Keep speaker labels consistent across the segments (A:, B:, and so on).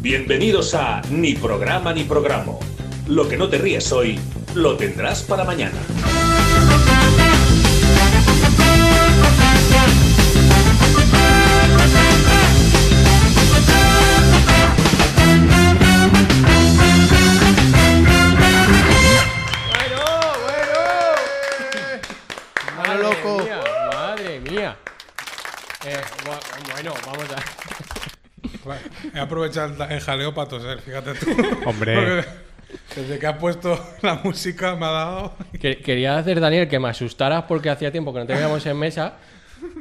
A: Bienvenidos a Ni programa ni programa. Lo que no te ríes hoy, lo tendrás para mañana.
B: Madre
C: loco.
B: mía, madre mía. Eh, gua- bueno, vamos a.
D: Claro, He aprovechado el, el jaleo para toser, fíjate tú.
C: Hombre.
D: Porque desde que has puesto la música me ha dado.
B: Que- Quería hacer, Daniel, que me asustaras porque hacía tiempo que no te veíamos en mesa.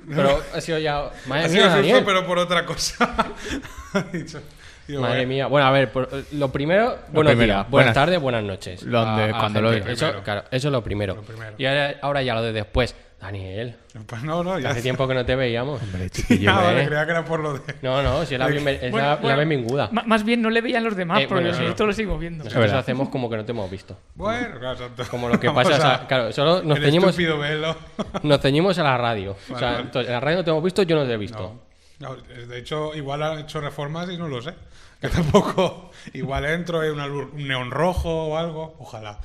B: Pero ha sido ya. Madre
D: Ha
B: mía,
D: sido susto,
B: Daniel.
D: pero por otra cosa. Ha dicho, digo,
B: Madre
D: bueno,
B: mía. Bueno, a ver, por- lo primero, buenos
C: primero,
B: días, buenas,
C: buenas-
B: tardes, buenas noches.
C: Lo de cuando lo
B: gente.
C: oiga.
B: Eso,
D: Primero.
B: claro, eso es lo primero.
D: primero.
B: Y ahora, ahora ya lo de después. Daniel,
D: Pues no, no, ya.
B: hace tiempo que no te veíamos.
D: Ah,
B: eh.
D: vale, creía que era por lo de.
B: No, no, si es la,
D: Ay,
B: bienven- es
E: Bueno,
B: la- la
E: bueno,
B: bienvenguda.
E: ma- Más bien no le veían los demás,
B: Ah. Eh,
E: porque
B: bueno,
E: yo
B: no.
E: esto lo sigo viendo.
B: Nosotros
C: verdad.
B: hacemos como que no te hemos visto.
D: Bueno, claro, exacto.
B: Como lo que
D: Vamos
B: pasa, o sea,
D: a-
B: claro, solo nos
D: el
B: ceñimos,
D: estúpido velo.
B: nos ceñimos a la radio. o sea,
D: vale.
B: entonces, la radio no te hemos visto, yo no te he visto.
D: No, no, de hecho, igual ha hecho reformas y no lo sé. Que tampoco. Igual entro, hay una luz- un neón rojo o algo. Ojalá.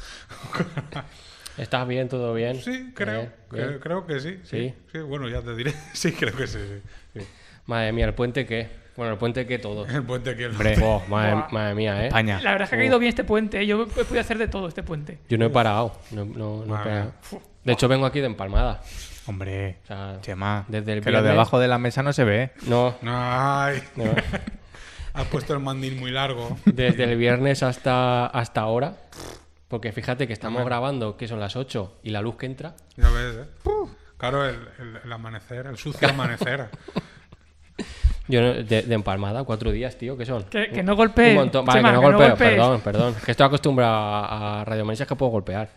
B: ¿Estás bien? ¿Todo bien? ¿Eh?
D: Sí, creo.
B: Bien,
D: cre-
B: bien.
D: Creo que sí.
B: Sí.
D: Sí. Sí, bueno, ya te diré. Sí, creo que sí. sí.
B: Madre mía, ¿el puente qué? Bueno, el puente qué todo.
D: El puente que el
B: Oh, madre,
E: Buah.
B: madre mía, ¿eh?
C: España.
E: La verdad es que ha caído bien este puente, ¿eh? yo he podido hacer de todo este puente.
B: Yo no he parado. No, no- no he
D: Madre
B: parado. De hecho, vengo aquí de empalmada.
C: Hombre.
B: O sea,
C: Chema.
B: desde el
C: que lo
B: viernes-
C: de abajo de la mesa no se ve.
B: No,
D: Ay,
B: no.
D: has puesto el mandil muy largo.
B: Desde el viernes hasta, hasta ahora. Porque fíjate que estamos grabando, que son las 8 y la luz que entra.
D: Ya ves, ¿eh? Claro, el, el- el amanecer, el sucio amanecer.
B: Yo no- de, de empalmada, cuatro días, tío, ¿qué son?
E: Que- que
B: Un-
E: no golpee,
B: un montón. Vale,
E: Chema,
B: que no
E: que no
B: golpeo,
E: golpees.
B: perdón, perdón. Es que estoy acostumbrado a, a Radio Manisa que puedo golpear.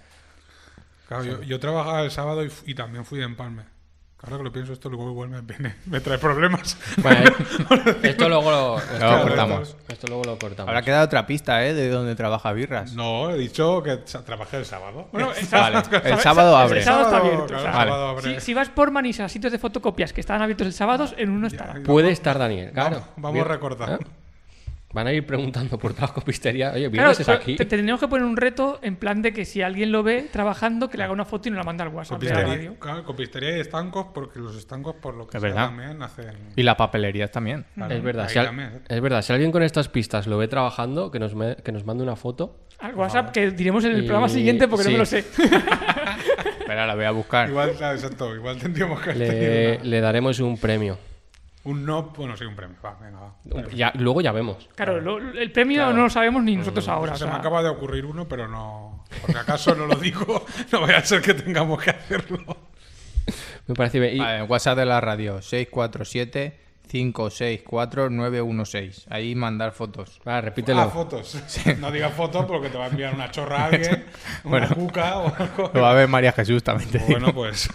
D: Claro, yo, yo trabajaba el sábado y, fu- y también fui de empalme. Claro que lo pienso, esto luego igual me, viene- me trae problemas.
B: Bueno, esto luego lo, esto,
C: Luego
B: luego-
C: cortamos.
B: esto luego lo cortamos.
C: Habrá quedado otra pista, ¿eh? De dónde trabaja Birras.
D: No, he dicho que sa- trabajé el sábado.
E: Bueno, el
C: Vale.
E: sábado,
C: El sábado
E: el
C: abre.
E: sábado está abierto.
D: claro,
E: o
D: el
E: sea,
D: sábado abre.
E: si, si vas por Manisa, sitios de fotocopias que estaban abiertos el sábado, en uno estará.
B: Puede estar Daniel, claro.
D: Vamos, vamos
B: Bien.
D: a recordar.
B: ¿Eh? Van a ir preguntando por todas las copisterías. Oye,
E: Claro,
B: ¿vienes es
E: pero
B: aquí?
E: te, tendríamos que poner un reto en plan de que si alguien lo ve trabajando, que le haga una foto y no la manda al WhatsApp de la radio.
D: Copistería, claro, copistería y estancos, porque los estancos, por lo que
C: Es
D: sea,
C: verdad. Mm.
D: también hacen.
C: Y las papelerías también.
D: Claro,
B: Es verdad,
D: ahí
B: si al-
D: también, ¿eh?
B: es verdad, si alguien con estas pistas lo ve trabajando, que nos, me- que nos mande una foto.
E: Al WhatsApp, que diremos en el
B: Y-
E: programa siguiente porque
B: sí.
E: no me lo sé.
C: Espera, la voy a buscar.
D: Igual, claro, exacto, igual tendríamos que haber tenido
B: Le,
D: una-
B: le daremos un premio.
D: un no, bueno, sí, un premio. Va, venga, va.
B: Ya, luego ya vemos.
E: Claro, lo- el premio no lo sabemos ni nosotros ahora. o
D: Pues se me
E: sea,
D: acaba de ocurrir uno, pero no. Por si acaso no lo digo, no vaya a ser que tengamos que hacerlo.
B: Me parece bien. Y-
C: Vale, en WhatsApp de la radio. 647-564-916. Ahí mandar fotos.
B: Vale,
D: Ah,
B: repítelo.
D: fotos. No digas fotos porque te va a enviar una chorra a alguien,
C: Bueno.
D: una cuca o algo.
C: Lo va a ver María Jesús también. Te
D: Pues
C: digo.
D: Bueno, pues.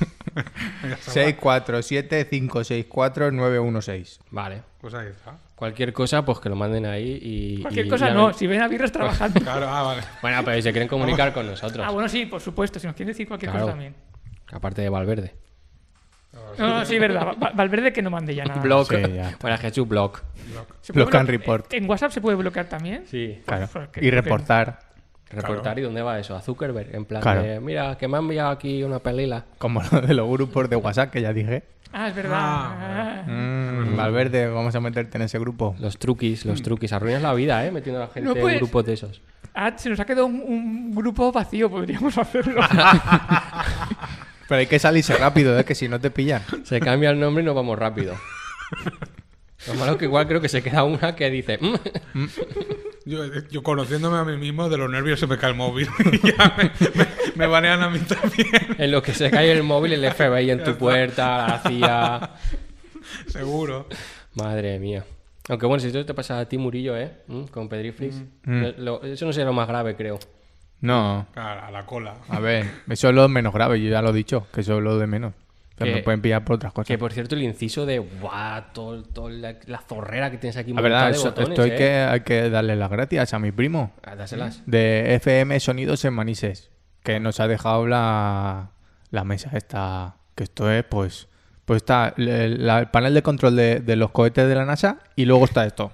D: ya está,
C: 647-564-916.
B: Vale.
D: Pues ahí está.
B: Cualquier cosa, pues que lo manden ahí y.
E: Cualquier
B: y
E: cosa
B: ya
E: no,
B: ven-
E: si ven a Birras trabajando.
D: Claro, ah, vale.
B: Bueno, pero si se quieren comunicar con nosotros.
E: Ah, bueno, sí, por supuesto, si nos quieren decir cualquier
B: Claro.
E: cosa también.
B: Aparte de Valverde.
E: No, no, sí, verdad. Va- Valverde que no mande ya nada.
B: blog.
C: sí, ya.
B: Para Jesús, blog.
E: ¿Se puede
C: Block and
E: blo-
C: report.
E: ¿En WhatsApp se puede bloquear también?
B: Sí.
C: Claro.
E: Pues que-
C: Y reportar.
B: Reportar y dónde va eso, a Zuckerberg. En plan,
C: Claro.
B: de, mira, que me han enviado aquí una pelila.
C: Como lo de los grupos de WhatsApp que ya dije.
E: Ah, es verdad.
D: Ah.
E: Ah.
C: Mm, Valverde, vamos a meterte en ese grupo.
B: Los truquis, los truquis. Arruinas la vida, ¿eh? Metiendo a la gente
E: No, pues.
B: en grupos de esos.
E: Ah, se nos ha quedado un, un grupo vacío, podríamos hacerlo.
C: Pero hay que salirse rápido, ¿eh? que si no te pillan.
B: Se cambia el nombre y nos vamos rápido. Lo malo es que igual creo que se queda una que dice. "Mm".
D: Yo, eh, yo conociéndome a mí mismo, de los nervios se me cae el móvil. y ya me, me- me banean a mí también,
B: en lo que se cae el móvil, el FBI en tu puerta, la CIA.
D: seguro.
B: Madre mía. Aunque bueno, si esto te pasa a ti, Murillo, ¿eh? ¿Mm? Con Pedriflis.
C: Mm.
B: Lo- lo- eso no sería lo más grave, creo.
C: No,
D: Claro, a la cola.
C: a ver, eso es lo menos grave, yo ya lo he dicho, que eso es lo de menos. Que
B: Que-
C: me pueden pillar por otras
B: Que
C: cosas.
B: por cierto, el inciso de guau, todo, todo la, la zorrera que tienes aquí
C: La
B: montada
C: verdad,
B: de
C: eso-
B: botones,
C: esto hay,
B: ¿eh?
C: que, Mm. hay que darle las gracias a mi primo
B: Ah, dáselas.
C: de FM Sonidos en Manises, que nos ha dejado la, la mesa esta, que esto es, pues, pues está el, el- la- el panel de control de, de los cohetes de la NASA y luego está esto.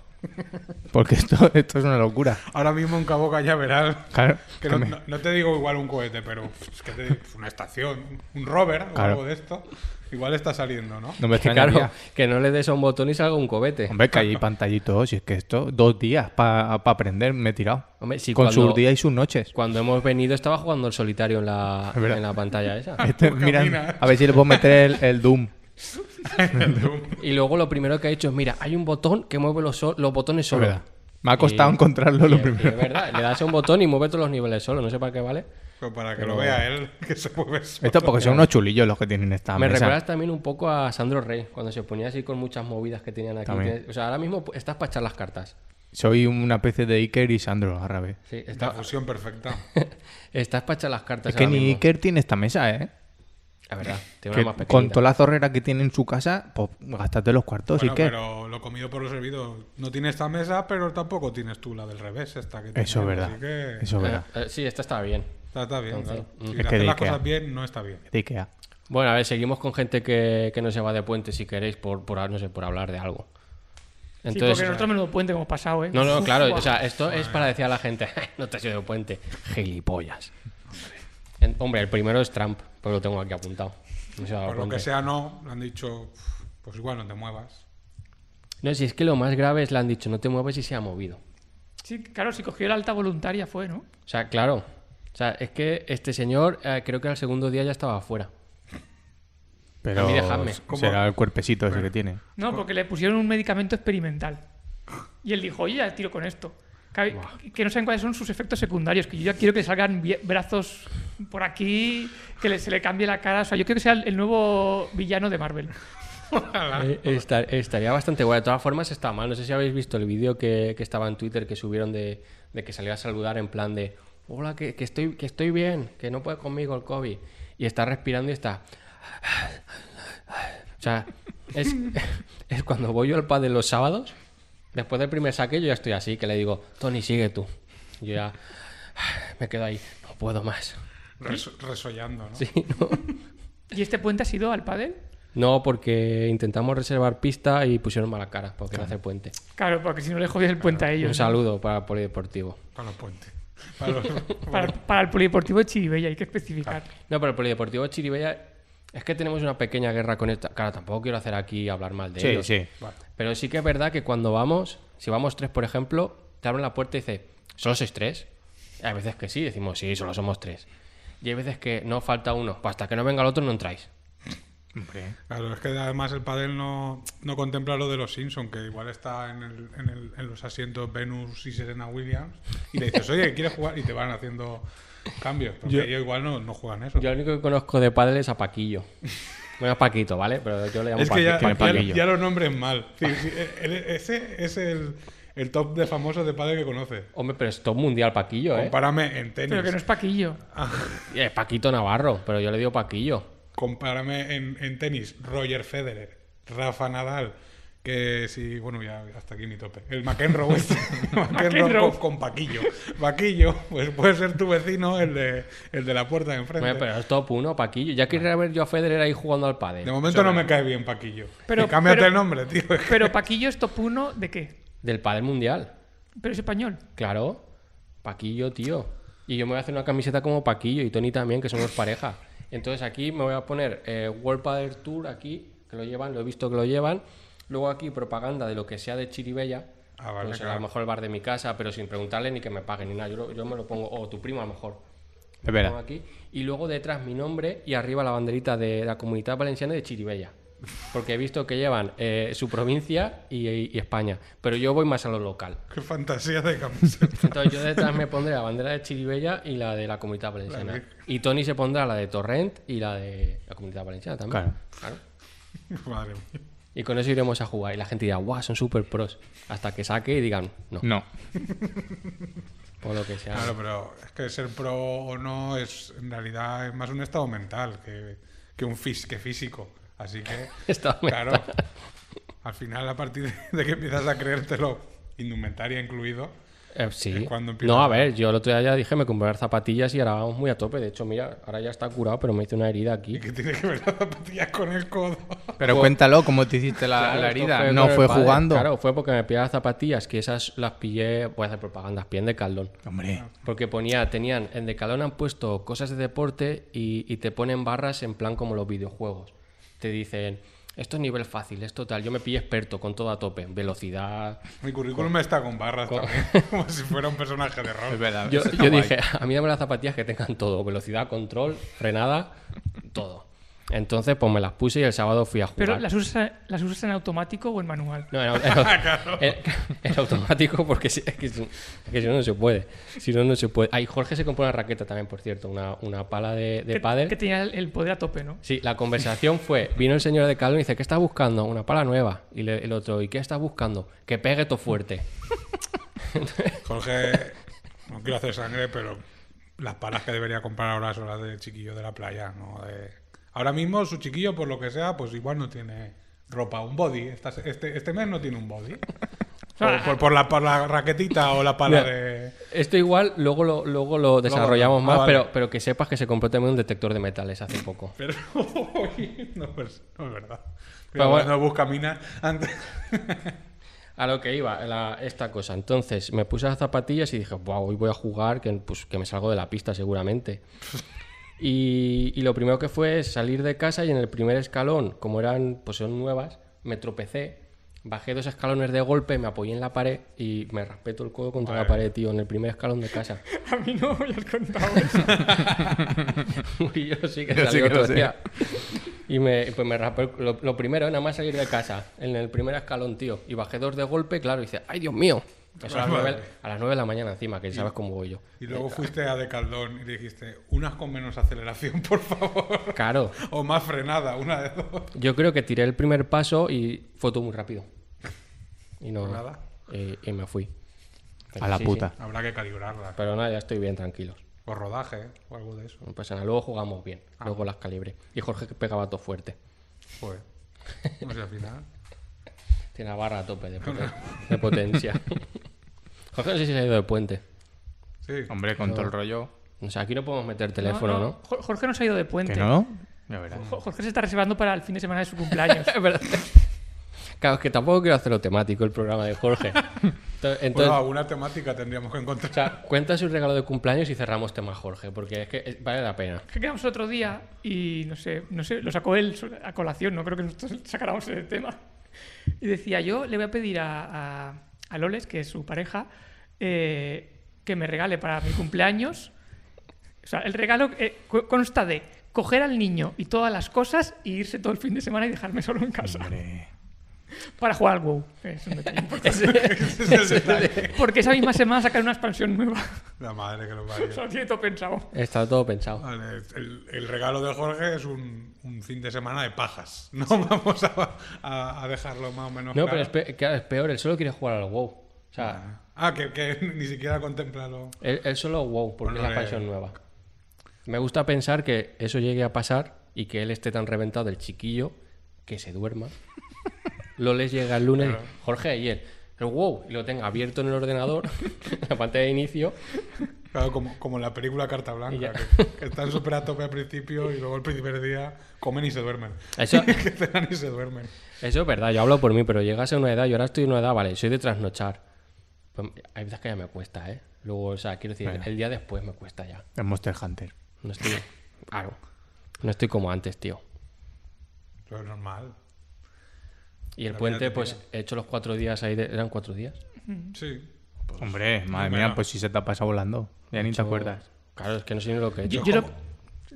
C: Porque esto, esto es una locura.
D: Ahora mismo en Caboca ya verás.
C: Claro,
D: Que
C: que
D: no,
C: me-
D: no- no te digo igual un cohete, pero es que te digo, una estación, un rover o
C: Claro.
D: algo de esto, igual está saliendo, ¿no?
C: no me
B: Que
C: extrañaría.
B: claro, que no le des a un botón y salga un cobete.
C: Hombre, que hay pantallitos. Si es que esto, dos días para aprender, me he tirado.
B: Hombre, si
C: Con
B: cuando-
C: sus días y sus noches.
B: Cuando hemos venido estaba jugando el solitario en la,
C: Es verdad.
B: en la pantalla esa.
C: Este,
D: Tú
C: mira,
D: caminas.
C: a ver si le puedo meter el, el Doom.
B: Y luego lo primero que ha hecho es, mira, hay un botón que mueve los, so- los botones
C: Es
B: solo.
C: verdad. Me ha costado
B: Y-
C: encontrarlo
B: Y
C: lo
B: es-
C: primero.
B: y es verdad, le das a un botón y mueve todos los niveles solo, no sé para qué vale.
D: Pero para que lo vea él, que se mueve solo.
C: Esto porque son unos chulillos los que tienen esta
B: Me
C: mesa.
B: recuerdas también un poco a Sandro Rey, cuando se ponía así con muchas movidas que tenían aquí.
C: También.
B: Tienes- O sea, ahora mismo pu- estás para echar las cartas.
C: Soy una especie de Iker y Sandro a la vez.
B: Sí,
D: La
B: está-
D: fusión perfecta.
B: estás para echar las cartas.
C: Ah. Es que
B: ahora
C: ni
B: mismo.
C: Iker tiene esta mesa, ¿eh?
B: La verdad, tiene
C: Que
B: una más pequeña.
C: con toda la zorrera que tiene en su casa, pues gástate los cuartos,
D: Bueno,
C: Iker.
D: pero lo comido por los servidos. No tiene esta mesa, pero tampoco tienes tú la del revés, esta que
C: Eso es
D: tenemos,
C: verdad.
D: así que
C: Eso es verdad.
B: Eh, eh, sí, esta estaba bien.
D: Está, está bien, claro.
B: mm.
D: Si
C: Es que
D: hacer
C: de
D: las
C: Ikea.
D: cosas bien, no está bien.
B: Ah,
C: De Ikea.
B: Bueno, a ver, seguimos con gente que, que no se va de puente si queréis por, por no sé, por hablar de algo.
E: sí,
B: Entonces,
E: porque nosotros menudo puente hemos pasado, ¿eh?
B: no, no,
E: Uf,
B: claro,
E: guau.
B: o sea, esto es para decir a la gente, no te has ido de puente, gilipollas. En- hombre, el primero es Trump, pues lo tengo aquí apuntado. No se va de
D: Por lo
B: puente.
D: que sea, no. Le han dicho, "Uf, pues igual no te muevas.
B: No, si es que lo más grave es le han dicho, no te mueves y se ha movido.
E: Sí, claro, si cogió el alta voluntaria fue, ¿no?
B: O sea, claro. O sea, es que este señor eh, creo que al segundo día ya estaba afuera.
C: Pero
B: A mí dejadme.
C: ¿cómo? será el cuerpecito ese que tiene.
E: No, porque le pusieron un medicamento experimental. Y él dijo, oye, ya tiro con esto. Que, que no saben cuáles son sus efectos secundarios, que yo ya quiero que le salgan bie- brazos por aquí, que le- se le cambie la cara. O sea, yo quiero que sea el, el nuevo villano de Marvel.
B: Eh, esta- estaría bastante guay. De todas formas, está mal. No sé si habéis visto el vídeo que, que estaba en Twitter que subieron de, de que salió a saludar en plan de: Hola, que, que estoy, que estoy bien, que no puede conmigo el COVID. Y está respirando y está. O sea, es, es cuando voy yo al padre los sábados, después del primer saque, yo ya estoy así, que le digo: Tony, sigue tú. Yo ya me quedo ahí, no puedo más.
D: Res- resollando, ¿no?
B: Sí, no.
E: ¿Y este puente ha sido al pádel?
B: No, porque intentamos reservar pista y pusieron mala cara porque no hace puente.
E: Claro, porque si no le jodías el puente a ellos.
B: Un saludo para Polideportivo.
D: Para los puentes. Para los-
E: Para, para el polideportivo de Chiribella, hay que especificar.
B: No, pero el Polideportivo de Chiribella es que tenemos una pequeña guerra con esta. Claro, tampoco quiero hacer aquí hablar mal de
C: Sí,
B: ellos.
C: sí.
B: Pero sí que es verdad que cuando vamos, si vamos tres, por ejemplo, te abren la puerta y dice, ¿solo sois tres? Y hay veces que sí, decimos, sí, solo somos tres. Y hay veces que no falta uno. Pues hasta que no venga el otro no entráis.
D: Claro, es que además el padel no, no contempla lo de los Simpson, que igual está en, el- en el- en los asientos Venus y Serena Williams, y le dices, oye, ¿quieres jugar? Y te van haciendo cambios, porque ellos igual no, no juegan eso.
B: Yo lo único que conozco de padre es a Paquillo. Bueno, es Paquito, ¿vale? Pero yo le llamo
D: es que ya,
B: Paqui-
D: ya-
B: Paquillo.
D: ya los nombres mal. Sí, sí, el- el- ese es el, el top de famosos de padel que conoces.
B: Hombre, pero es top mundial Paquillo, ¿eh?
D: Compárame en tenis,
E: Pero que no es Paquillo.
B: Eh, Paquito Navarro, pero yo le digo Paquillo.
D: compárame en, en tenis Roger Federer, Rafa Nadal, que sí, bueno, ya hasta aquí mi tope. El McEnroe este, McEnroe
E: McEnroe.
D: con, con Paquillo. Paquillo, pues puede ser tu vecino, el de, el de la puerta de enfrente.
B: Bueno, pero es top 1, Paquillo. Ya querría ver yo a Federer ahí jugando al pádel.
D: de momento no me cae bien Paquillo.
E: Pero-
D: Pero, cámbiate
E: pero-
D: el nombre, tío.
E: Pero Paquillo es top uno de qué?
B: Del pádel mundial.
E: Pero es español.
B: Claro. Paquillo, tío. Y yo me voy a hacer una camiseta como Paquillo y Tony también, que somos pareja. Entonces aquí me voy a poner eh, World Padel Tour aquí, que lo llevan, lo he visto que lo llevan. Luego aquí propaganda de lo que sea de Chiribella.
D: Ah, vale,
B: Pues, A
D: claro.
B: lo mejor el bar de mi casa, pero sin preguntarle ni que me paguen ni nada. Yo, lo- yo me lo pongo, o tu primo a lo mejor.
C: Es verdad.
B: pongo aquí, y luego detrás mi nombre y arriba la banderita de la comunidad valenciana de Chiribella. Porque he visto que llevan eh, su provincia y, y España. Pero yo voy más a lo local.
D: Qué fantasía de camiseta.
B: Entonces yo detrás me pondré la bandera de Chiribella y la de la comunidad valenciana. Y Tony se pondrá la de Torrent y la de la comunidad valenciana también.
C: Claro.
D: Madre mía.
B: Y con eso iremos a jugar. Y la gente dirá, guau, son super pros. Hasta que saque y digan, no,
C: No.
B: por lo que sea.
D: Claro, pero es que ser pro o no es en realidad es más un estado mental que, que un fis, que físico. Así que
B: Estaba
D: Claro. Al final, a partir de que empiezas a creértelo, indumentaria incluido,
B: Eh, sí.
D: Es cuando empieza
B: No, a
D: la-
B: ver, yo el otro día ya dije, me compré unas zapatillas y ahora vamos muy a tope. De hecho, mira, ahora ya está curado, pero me hice una herida aquí.
D: ¿Y que tiene que ver las zapatillas con el codo?
C: Pero cuéntalo, ¿cómo te hiciste la,
B: Claro,
C: la
B: esto
C: herida?
B: con
C: no
B: el
C: fue
B: padre.
C: jugando.
B: Claro, fue porque me pillé las zapatillas, que esas las pillé, voy a hacer propaganda, las pillé en Decathlon.
C: Hombre,
B: Porque ponía, tenían, en Decathlon han puesto cosas de deporte y, y te ponen barras en plan como los videojuegos. Te dicen, esto es nivel fácil, esto tal. Yo me pillé experto con todo a tope, velocidad.
D: Mi currículum está con barras también, como si fuera un personaje de rol.
C: es verdad.
B: Yo,
C: eso está
B: yo
C: guay.
B: dije, a mí dame las zapatillas que tengan todo, velocidad, control, frenada, todo. Entonces, pues me las puse y el sábado fui a jugar.
E: ¿Pero las Ah, usas, las usas en automático o en manual?
B: No, era, era- era- era automático porque si- es que, si- es que si no, no se puede. Si no, no se puede. Ay, Jorge se compró una raqueta también, por cierto, una, una pala de, de
E: que,
B: pádel.
E: que tenía el, el poder a tope, ¿no?
B: Sí, la conversación fue, vino el señor de Calón y dice, ¿qué estás buscando? Una pala nueva. Y le- el otro, ¿y qué estás buscando? Que pegue todo fuerte.
D: Jorge, no quiero hacer sangre, pero las palas que debería comprar ahora son las del chiquillo de la playa, ¿no? De... Ahora mismo su chiquillo, por lo que sea, pues igual no tiene ropa, un body. Esta- este, este mes no tiene un body. Por, por- por la, por la raquetita o la pala
B: Mira.
D: de...
B: Esto igual luego lo, luego lo desarrollamos
D: Ah,
B: más,
D: vale.
B: pero, pero que sepas que se compró también un detector de metales hace poco.
D: Pero uy, no, pues, no es verdad.
B: Pero
D: Pero
B: bueno.
D: cuando busca minas antes...
B: A lo que iba, la- esta cosa. Entonces me puse las zapatillas y dije, wow, hoy voy a jugar, que, pues, que me salgo de la pista seguramente. Y, y lo primero que fue es salir de casa y en el primer escalón, como eran, pues son nuevas, me tropecé, bajé dos escalones de golpe, me apoyé en la pared y me raspé todo el codo contra la pared, tío, en el primer escalón de casa.
E: A mí no me lo has contado eso.
B: y yo sí que
C: Yo sí
B: salí
C: que lo
B: otro
C: sé.
B: día. Y me, pues me raspé el- lo, lo primero, nada más salir de casa, en el primer escalón, tío. Y bajé dos de golpe, claro, y dice, ¡ay, Dios mío! Eso a las,
D: Madre.
B: nueve, a las nueve de la mañana encima, que sabes cómo voy yo.
D: Y luego fuiste a Decaldón y le dijiste, unas con menos aceleración, por favor.
B: Claro,
D: O más frenada, una de dos.
B: yo creo que tiré el primer paso y fue todo muy rápido. Y no...
D: Pues nada.
B: Y, y me fui. Pero
C: A la
B: sí,
C: puta.
B: sí.
D: Habrá que calibrarla.
B: Pero nada, ya estoy bien, tranquilos.
D: O rodaje, o algo de eso.
B: No pasa nada, luego jugamos bien.
D: Ah.
B: Luego las calibré. Y Jorge que pegaba todo fuerte.
D: Joder.
B: Pues.
D: No sé, al final.
B: Tiene la barra a tope de, poten- de potencia. Jorge no sé si se ha ido de puente.
D: Sí.
C: Hombre, con todo el rollo.
B: O sea, aquí no podemos meter teléfono, ¿no?
E: Jo- Jorge no se ha ido de puente.
C: ¿Que no? Ya verás.
E: Jo- Jorge se está reservando para el fin de semana de su cumpleaños.
B: Es verdad. Claro, es que tampoco quiero hacerlo temático el programa de Jorge. Ento- Entonces,
D: Bueno, alguna temática tendríamos que encontrar.
B: o sea, cuenta su regalo de cumpleaños y cerramos tema Jorge, porque es que eh, vale la pena.
E: que quedamos el otro día y no sé, no sé, lo sacó él so- a colación, no creo que nosotros sacáramos el tema. Y decía, yo le voy a pedir a, a- a Loles, que es su pareja, eh, que me regale para mi cumpleaños. O sea, el regalo eh, cu- consta de coger al niño y todas las cosas y irse todo el fin de semana y dejarme solo en casa
C: Hombre.
E: para jugar al WoW. Es un detalle importante.
D: Ese es el detalle.
E: Porque esa misma semana sacan una expansión nueva.
D: La madre que lo
E: Se
D: parió.
E: lo tiene todo pensado.
B: Está todo pensado.
D: Vale, el, el regalo de Jorge es un, un fin de semana de pajas. No vamos a, a- a dejarlo más o menos.
B: No,
D: claro.
B: pero es, pe- claro, es peor, él solo quiere jugar al WoW. O sea,
D: Ah, que, que ni siquiera contemplarlo.
B: él, él solo WoW, porque
D: Bueno,
B: es la expansión
D: eh,
B: nueva. Me gusta pensar que eso llegue a pasar y que él esté tan reventado del chiquillo que se duerma. Loles llega el lunes, Jorge ayer, el WoW, y lo tenga abierto en el ordenador, en la pantalla de inicio,
D: Claro, como, como la película Carta
B: Y ya.
D: Blanca, que, que están súper a tope al principio y luego el primer día comen y se duermen.
B: Eso-
D: que cenan y se duermen.
B: Eso es verdad, yo hablo por mí, pero llegas a una edad, yo ahora estoy en una edad, vale, soy de trasnochar. Pues, hay veces que ya me cuesta, ¿eh? Luego, o sea, quiero decir, el día después me cuesta ya.
C: El Monster Hunter.
B: No estoy. Claro. No estoy como antes, tío.
D: Pero es normal.
B: Y el
D: La
B: puente,
D: vida te
B: pues he hecho los cuatro días ahí. de- ¿Eran cuatro días?
D: Sí.
C: Hombre, madre
D: Bueno.
C: mía, pues si se te ha pasado volando. Ya ni te acuerdas.
B: Claro, es que no sé ni lo que he hecho.
E: Yo, yo lo-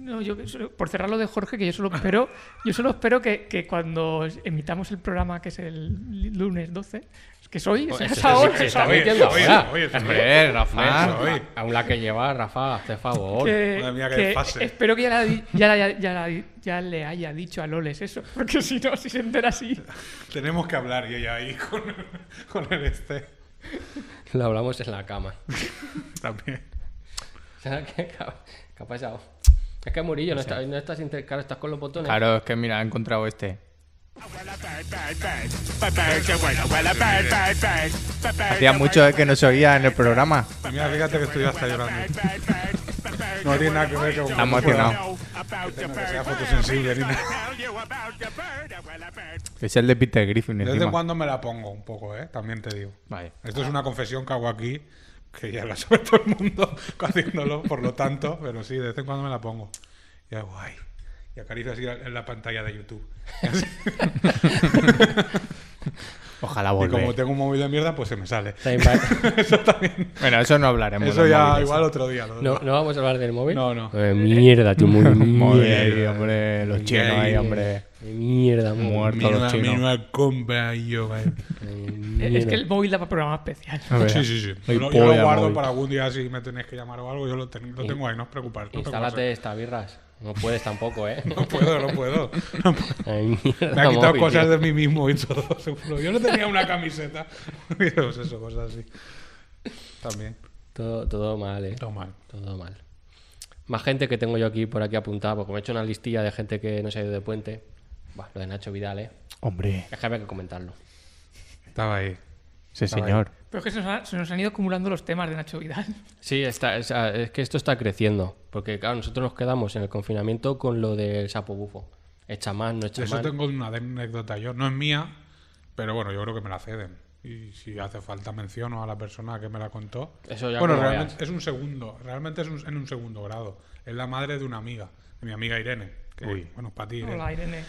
E: no, yo solo- por cerrar lo de Jorge, que yo solo espero, yo solo espero que, que cuando emitamos el programa, que es el lunes 12, que soy, o sea, es
B: Eso
E: ahora,
B: se, se
E: es
B: está
E: ahora,
B: metiendo
D: Oye,
B: ahora.
D: oye, oye,
C: Hombre, Rafa.
D: Eso, oye.
B: Aún la que lleva, Rafa, hazte favor.
E: que-
D: Madre mía, qué
E: que
D: desfase.
E: espero que ya, la di- ya la- ya la- ya le haya dicho a Loles eso, porque si no, si se entera así,
D: Tenemos que hablar y ella ahí con, con el este
B: Lo hablamos en la cama.
D: también.
B: ¿Sabes qué, cab- qué ha pasado? Es que Murillo no, está- no estás inter- claro, estás con los botones.
C: Claro, es que mira, he encontrado este. Hacía mucho eh, que no se oía en el programa.
D: Mira, fíjate que estoy hasta llorando. No tiene nada que ver con.
C: Está emocionado.
D: Que sea fotosensible, ni nada.
C: Es el de Peter Griffin.
D: De vez en
C: encima.
D: cuando me la pongo un poco, ¿eh? También te digo.
C: Vale.
D: Esto es una confesión que hago aquí, que ya la sabe todo el mundo haciéndolo, por lo tanto, pero sí, de vez en cuando me la pongo. Y hago, ay, y acaricio así en la pantalla de YouTube.
C: Ojalá
D: Y
C: volver.
D: como tengo un móvil de mierda, pues se me sale.
B: Está bien, vale.
D: Eso también.
C: Bueno, eso no hablaremos.
D: Eso
C: de
D: ya
C: móviles.
D: igual otro día. lo-
B: No, no vamos a hablar del móvil.
D: No, no.
B: Eh, mierda, tío, muy mierda.
C: Móvil, hombre. Los chinos ahí, hombre.
B: Eh, Mierda, muy
C: Muerto.
D: Mi
C: todos
D: nueva-
C: chinos.
D: mi nueva compra y yo, eh. vale.
E: Es- Es que el móvil da para programas especiales.
C: A ver,
D: Sí, sí, sí.
C: no hay
D: Yo lo- yo
C: polla,
D: lo guardo
C: móvil.
D: para algún día si me tenéis que llamar o algo. Yo lo, ten- lo tengo ahí, no os preocupéis. no os
B: Instálate esta birras. No puedes tampoco, ¿eh?
D: preocupéis. No puedo, no puedo. No puedo.
B: Ay, mierda,
D: Me ha quitado
B: móvil,
D: cosas
B: tío.
D: de mí mismo y todo, seguro. Yo no tenía una camiseta. Y pues eso, cosas así. También.
B: Todo, todo mal, ¿eh?
D: Todo mal.
B: Todo mal. Más gente que tengo yo aquí por aquí apuntada, porque me he hecho una listilla de gente que no se ha ido de puente. Bah, lo de Nacho Vidal, ¿eh?
C: Hombre,
B: Es que había que comentarlo.
D: Estaba ahí.
C: ese señor.
E: Pero es que se nos, ha- se nos han ido acumulando los temas de Nacho Vidal.
B: Sí, está, o sea, es que esto está creciendo. Porque, claro, nosotros nos quedamos en el confinamiento con lo del sapo bufo. Es chamán, no es
D: De eso
B: chamán.
D: tengo una anécdota yo. No es mía, pero bueno, yo creo que me la ceden. Y si hace falta menciono a la persona que me la contó.
B: Eso ya
D: bueno,
B: como
D: realmente es un segundo. Realmente es un- en un segundo grado. Es la madre de una amiga, de mi amiga Irene. que- Bueno, para ti, Irene.
E: Hola, Irene.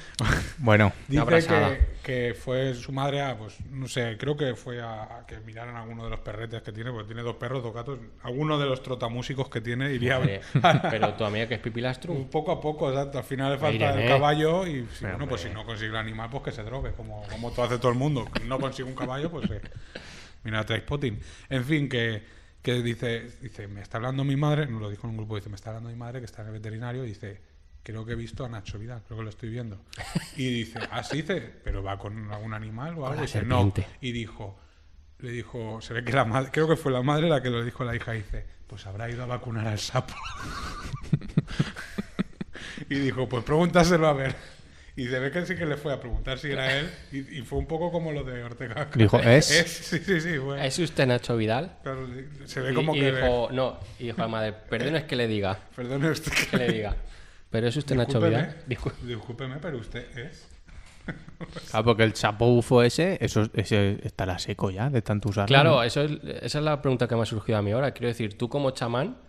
C: Bueno,
B: Una
D: Dice
B: abrazada.
D: que, que fue su madre a, pues, no sé, creo que fue a, a que miraran alguno de los perretes que tiene, porque tiene dos perros, dos gatos. Alguno de los trotamúsicos que tiene iría a
B: Hombre,
D: ver.
B: pero tu amiga que es Pipi Lastrum.
D: Un poco a poco, exacto. Al final le falta
B: Irene.
D: el caballo y si, bueno, pues si no consigue el animal, pues que se drogue, como, como todo hace todo el mundo. Que No consigue un caballo, pues eh, mira, trae spotting. En fin, que, que dice, dice, me está hablando mi madre, no lo dijo en un grupo, dice, me está hablando mi madre que está en el veterinario, y dice, creo que he visto a Nacho Vidal, creo que lo estoy viendo. Y dice, así dice, pero va con algún animal o algo,
B: la
D: y dice, no.
B: serpiente.
D: Y dijo, le dijo, se ve que la madre, creo que fue la madre la que lo dijo a la hija, dice, pues habrá ido a vacunar al sapo. Y dijo, pues pregúntaselo a ver. Y se ve que sí que le fue a preguntar si era él. Y, y fue un poco como lo de Ortega.
C: Dijo, ¿es?
D: Sí, sí, sí. fue.
B: ¿Es usted Nacho Vidal?
D: Claro, se ve
B: Y,
D: como
B: y
D: que... le-
B: dijo, no, y dijo la madre, perdón es que le diga,
D: Perdone usted.
B: que le diga. Pero es usted Nacho
D: Discúlpeme,
B: Vidal. Discul-
D: discúlpeme, pero usted es...
C: ah, porque el sapo bufo ese, eso, ese estará seco ya de tanto usarlo.
B: Claro, eh.
C: ¿no?
B: eso es- esa es la pregunta que me ha surgido a mí ahora. Quiero decir, tú como chamán,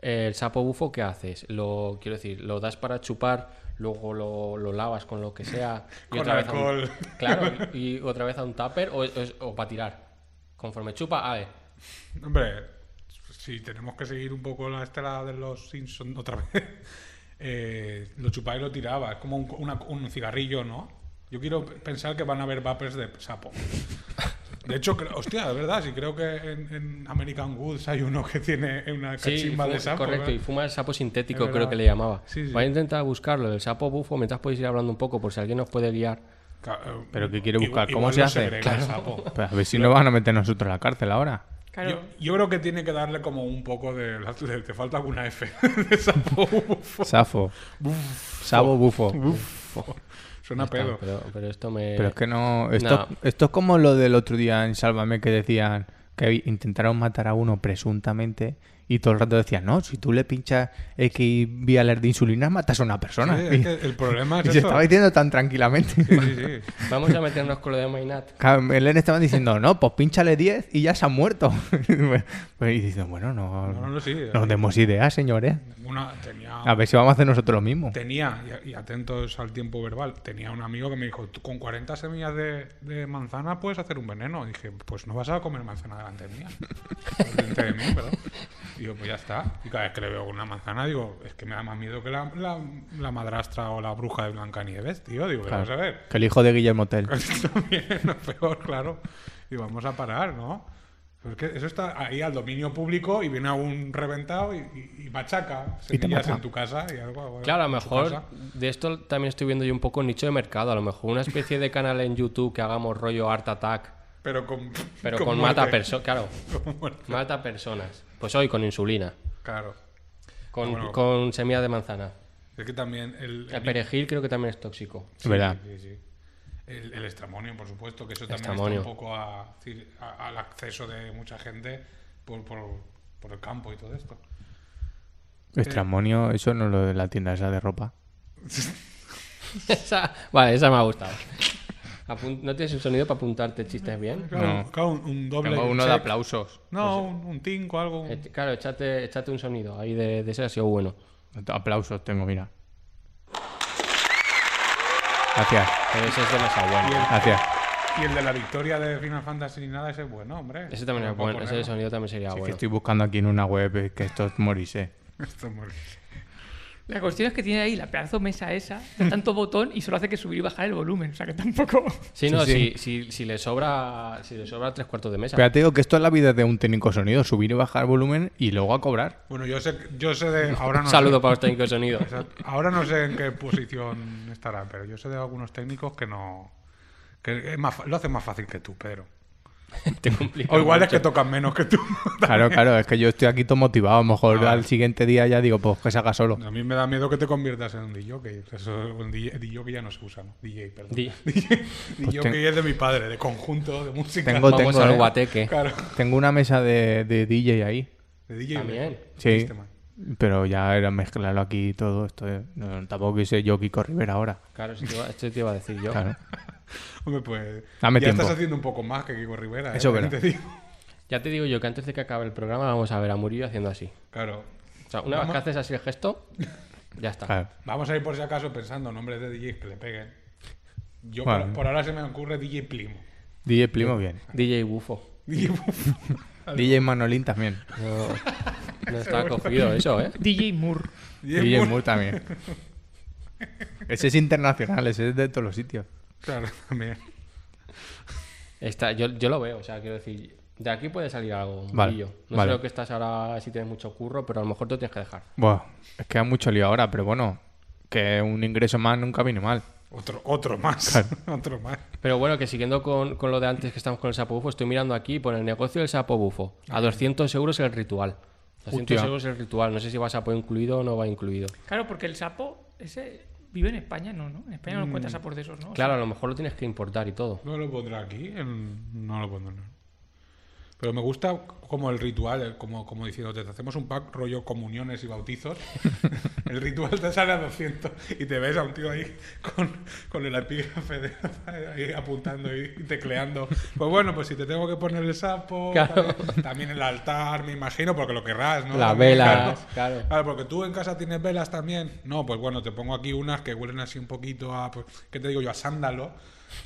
B: eh, el sapo bufo, ¿qué haces? Lo, quiero decir, lo das para chupar, luego lo, lo lavas con lo que sea. Y
D: Con
B: otra vez a un-
D: alcohol.
B: claro, y y otra vez a un tupper o, para tirar. Conforme chupa, a ver.
D: Hombre, si tenemos que seguir un poco la estela de los Simpsons otra vez, eh, lo chupaba y lo tiraba. Es como un, una- un cigarrillo, ¿no? Yo quiero pensar que van a haber vapers de sapo. De hecho, creo- hostia, de verdad, sí creo que en, en American Woods hay uno que tiene una
B: Sí,
D: cachimba
B: fu-
D: de sapo.
B: correcto,
D: ¿verdad?
B: y fuma el sapo
D: Es
B: sintético,
D: verdad.
B: creo que le llamaba.
D: Sí, sí.
B: Voy a intentar buscarlo, el sapo bufo, mientras podéis ir hablando un poco, por si alguien nos puede guiar.
D: Ca- eh,
C: Pero ¿qué quiere
D: igual-
C: buscar? ¿Cómo
D: igual
C: se
D: lo
C: hace?
D: segrega el sapo.
C: Pero a ver si no van a meter nosotros a la cárcel ahora.
E: Claro,
D: Yo, yo creo que tiene que darle como un poco de... de- te falta alguna F de sapo.
C: Safo. Sabo bufo.
B: Ya
D: Suena
B: está,
D: pedo.
B: Pero, pero esto me.
C: Pero es que no. Esto,
B: no.
C: esto es como lo del otro día en Sálvame que decían que intentaron matar a uno presuntamente y todo el rato decían, no, si tú le pinchas X viales de insulina, matas a una persona.
D: Sí,
C: y
D: es que el problema es
C: y se
D: eso.
C: estaba diciendo tan tranquilamente.
D: Sí, sí, sí.
B: Vamos a meternos con lo de Mainat.
C: Claro, Ellen estaba diciendo, no, pues pinchale 10 y ya se ha muerto. Pues, y dicen, bueno, no,
D: No, no, no, sí. eh,
C: nos demos ideas, señores.
D: Una, tenía,
C: A ver si vamos a hacer nosotros lo mismo.
D: tenía y, y atentos al tiempo verbal, tenía un amigo que me dijo, "Tú con 40 semillas de, de manzana puedes hacer un veneno. Y dije, pues no vas a comer manzana delante mía. delante de mí, perdón. Digo, pues ya está. Y cada vez que le veo una manzana, digo, es que me da más miedo que la, la- la madrastra o la bruja de Blancanieves, tío. Digo,
C: Claro.
D: vamos a ver.
C: Que el hijo de Guillermo Tell.
D: También, lo peor, claro. Y vamos a parar, ¿no? Pero es que eso está ahí al dominio público y viene a un reventado y, y- y machaca.
C: Y te
D: semillas
C: mata.
D: en tu casa y algo. algo
B: Claro, a lo
D: en su
B: mejor
D: casa.
B: de esto también estoy viendo yo un poco nicho de mercado. A lo mejor una especie de canal en YouTube que hagamos rollo Art Attack,
D: Pero con.
B: pero con, mata
D: muerte.
B: personas. Claro,
D: Con muerte,
B: mata personas. Pues hoy con insulina,
D: Claro.
B: con,
D: Bueno.
B: con semilla de manzana.
D: Es que también el.
B: El perejil creo que también es tóxico.
C: Es verdad.
D: Sí, sí. El, el estramonio, por supuesto, que eso también está
B: Estramonio.
D: un poco a- a- al acceso de mucha gente por, por- por el campo y todo esto.
C: Estramonio, eso no es lo de la tienda esa de ropa.
B: Esa- vale, esa me ha gustado. Apun- ¿No tienes un sonido para apuntarte chistes bien?
D: Claro,
C: No.
D: claro, un, un doble.
C: Tengo uno de
D: check.
C: aplausos.
D: No, un, un tinco, algo. un-
B: Eh, Claro, échate, échate un sonido ahí de, de ese ha sido bueno.
C: Aplausos tengo, mira. Gracias,
B: Pero ese es demasiado bueno.
C: gracias.
D: Y el de la victoria de Final Fantasy ni nada, ese es bueno, hombre.
B: Ese también es
D: Tampoco
B: bueno, ese
D: ponerlo.
B: sonido también sería
C: Que
B: bueno.
C: estoy buscando aquí en una web eh, que esto es morirse.
D: Esto es muy-
E: La cuestión es que tiene ahí la pedazo mesa esa, de tanto botón y solo hace que subir y bajar el volumen. O sea que tampoco.
B: Sí, no,
C: Sí, sí.
B: Si, si- si le sobra si le sobra tres cuartos de mesa.
C: Pero ya te digo que esto es la vida de un técnico sonido, subir y bajar volumen y luego a cobrar.
D: Bueno, yo sé, yo sé de. Ahora
B: Un
D: no
B: saludo
D: sé,
B: para los técnicos de sonido.
D: Exacto. Ahora no sé en qué posición estará, pero yo sé de algunos técnicos que no. que es más fa- lo hacen más fácil que tú, Pedro.
B: Te complica
D: O igual es
B: mucho.
D: que tocan menos que tú.
C: Claro, claro, es que yo estoy aquí todo motivado. A lo mejor
D: eh.
C: al siguiente día ya digo, pues que se haga solo.
D: A mí me da miedo que te conviertas en un DJ. Eso, un DJ, que ya no se usa, ¿no? DJ, perdón.
B: Di- Pues
D: DJ
C: ten-
D: es de mi padre, de conjunto, de música.
C: Tengo-
B: Vamos
C: eh.
B: al guateque.
D: Claro.
C: Tengo una mesa de, de DJ ahí.
D: De este DJ.
B: También.
C: Sí.
D: Sistema.
C: Pero ya era mezclarlo aquí y todo esto. eh, no, tampoco quise yo Kiko Rivera ahora.
B: Claro, eso te iba, esto te iba a decir yo.
C: Claro.
D: Hombre, pues.
C: Dame
D: ya
C: tiempo.
D: estás haciendo un poco más que Kiko Rivera. ¿eh?
C: Eso es
D: También
C: verdad.
D: te digo.
B: Ya te digo yo que antes de que acabe el programa vamos a ver a Murillo haciendo así.
D: Claro.
B: O sea, una vez
D: Vamos.
B: que haces así el gesto, ya está.
C: Claro.
D: Vamos a ir por si acaso pensando nombres de DJs que le peguen. Yo
C: Bueno.
D: por, por ahora se me ocurre DJ Plimo.
C: DJ Plimo bien.
B: DJ Bufo.
D: DJ Plimo.
C: DJ Manolín también.
B: No, no está cogido eso, ¿eh?
E: DJ Moore.
C: DJ Moore también. Ese es internacional, ese es de todos los sitios.
D: Claro, también.
B: Está, yo, yo lo veo, o sea, quiero decir, de aquí puede salir algo,
C: Vale,
B: Murillo. No
C: vale.
B: sé lo que estás ahora, si tienes mucho curro, pero a lo mejor te lo tienes que dejar.
C: Buah, es que hay mucho lío ahora, pero bueno, que un ingreso más nunca viene mal.
D: Otro, otro más. otro más.
B: Pero bueno, que siguiendo con, con lo de antes que estamos con el sapo bufo, estoy mirando aquí por el negocio del sapo bufo. A 200 euros el ritual. 200
C: Hostia.
B: euros el ritual. No sé si va sapo incluido o no va incluido.
E: Claro, porque el sapo ese vive en España, no, ¿no? En España
D: Mm.
E: no encuentras sapos de esos, ¿no? O sea,
B: Claro, a lo mejor lo tienes que importar y todo.
D: No lo pondrá aquí. en- No lo pondrá. no. Pero me gusta como el ritual, el- como, como diciéndote, te hacemos un pack rollo comuniones y bautizos. el ritual te sale a 200 y te ves a un tío ahí con, con el epígrafe de- ahí apuntando y tecleando. Pues bueno, pues si te tengo que poner el sapo,
B: Claro.
D: tal, también el altar, me imagino, porque lo querrás, ¿no?
B: Las
D: También,
B: velas,
D: claro.
B: claro.
D: Claro, porque tú en casa tienes velas también. No, pues bueno, te pongo aquí unas que huelen así un poquito a, pues, ¿qué te digo yo? A sándalo.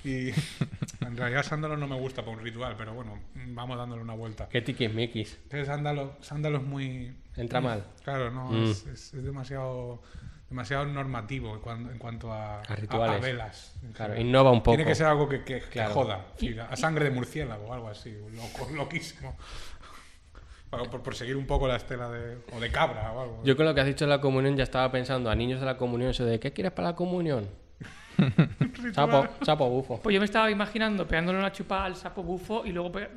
D: Y en realidad sándalo no me gusta para un ritual, pero bueno, vamos dándole una vuelta.
B: Qué tiquismiquis.
D: Ese sándalo, sándalo es muy...
B: Entra mal.
D: Claro, no,
B: Mm.
D: es, es- es demasiado demasiado normativo en cuan- en cuanto a, a-
B: rituales.
D: velas. en
B: Claro,
D: general.
B: innova un poco.
D: Tiene que ser algo que, que- que
B: Claro.
D: joda, sí, a sangre de murciélago o algo así, loco, loquísimo. Para- Por, por seguir un poco la estela de... o de cabra o algo.
B: Yo con lo que has dicho de la comunión ya estaba pensando a niños de la comunión, eso de ¿qué quieres para la comunión? sapo, sapo bufo.
E: Pues yo me estaba imaginando pegándole una chupa al sapo bufo y luego pe-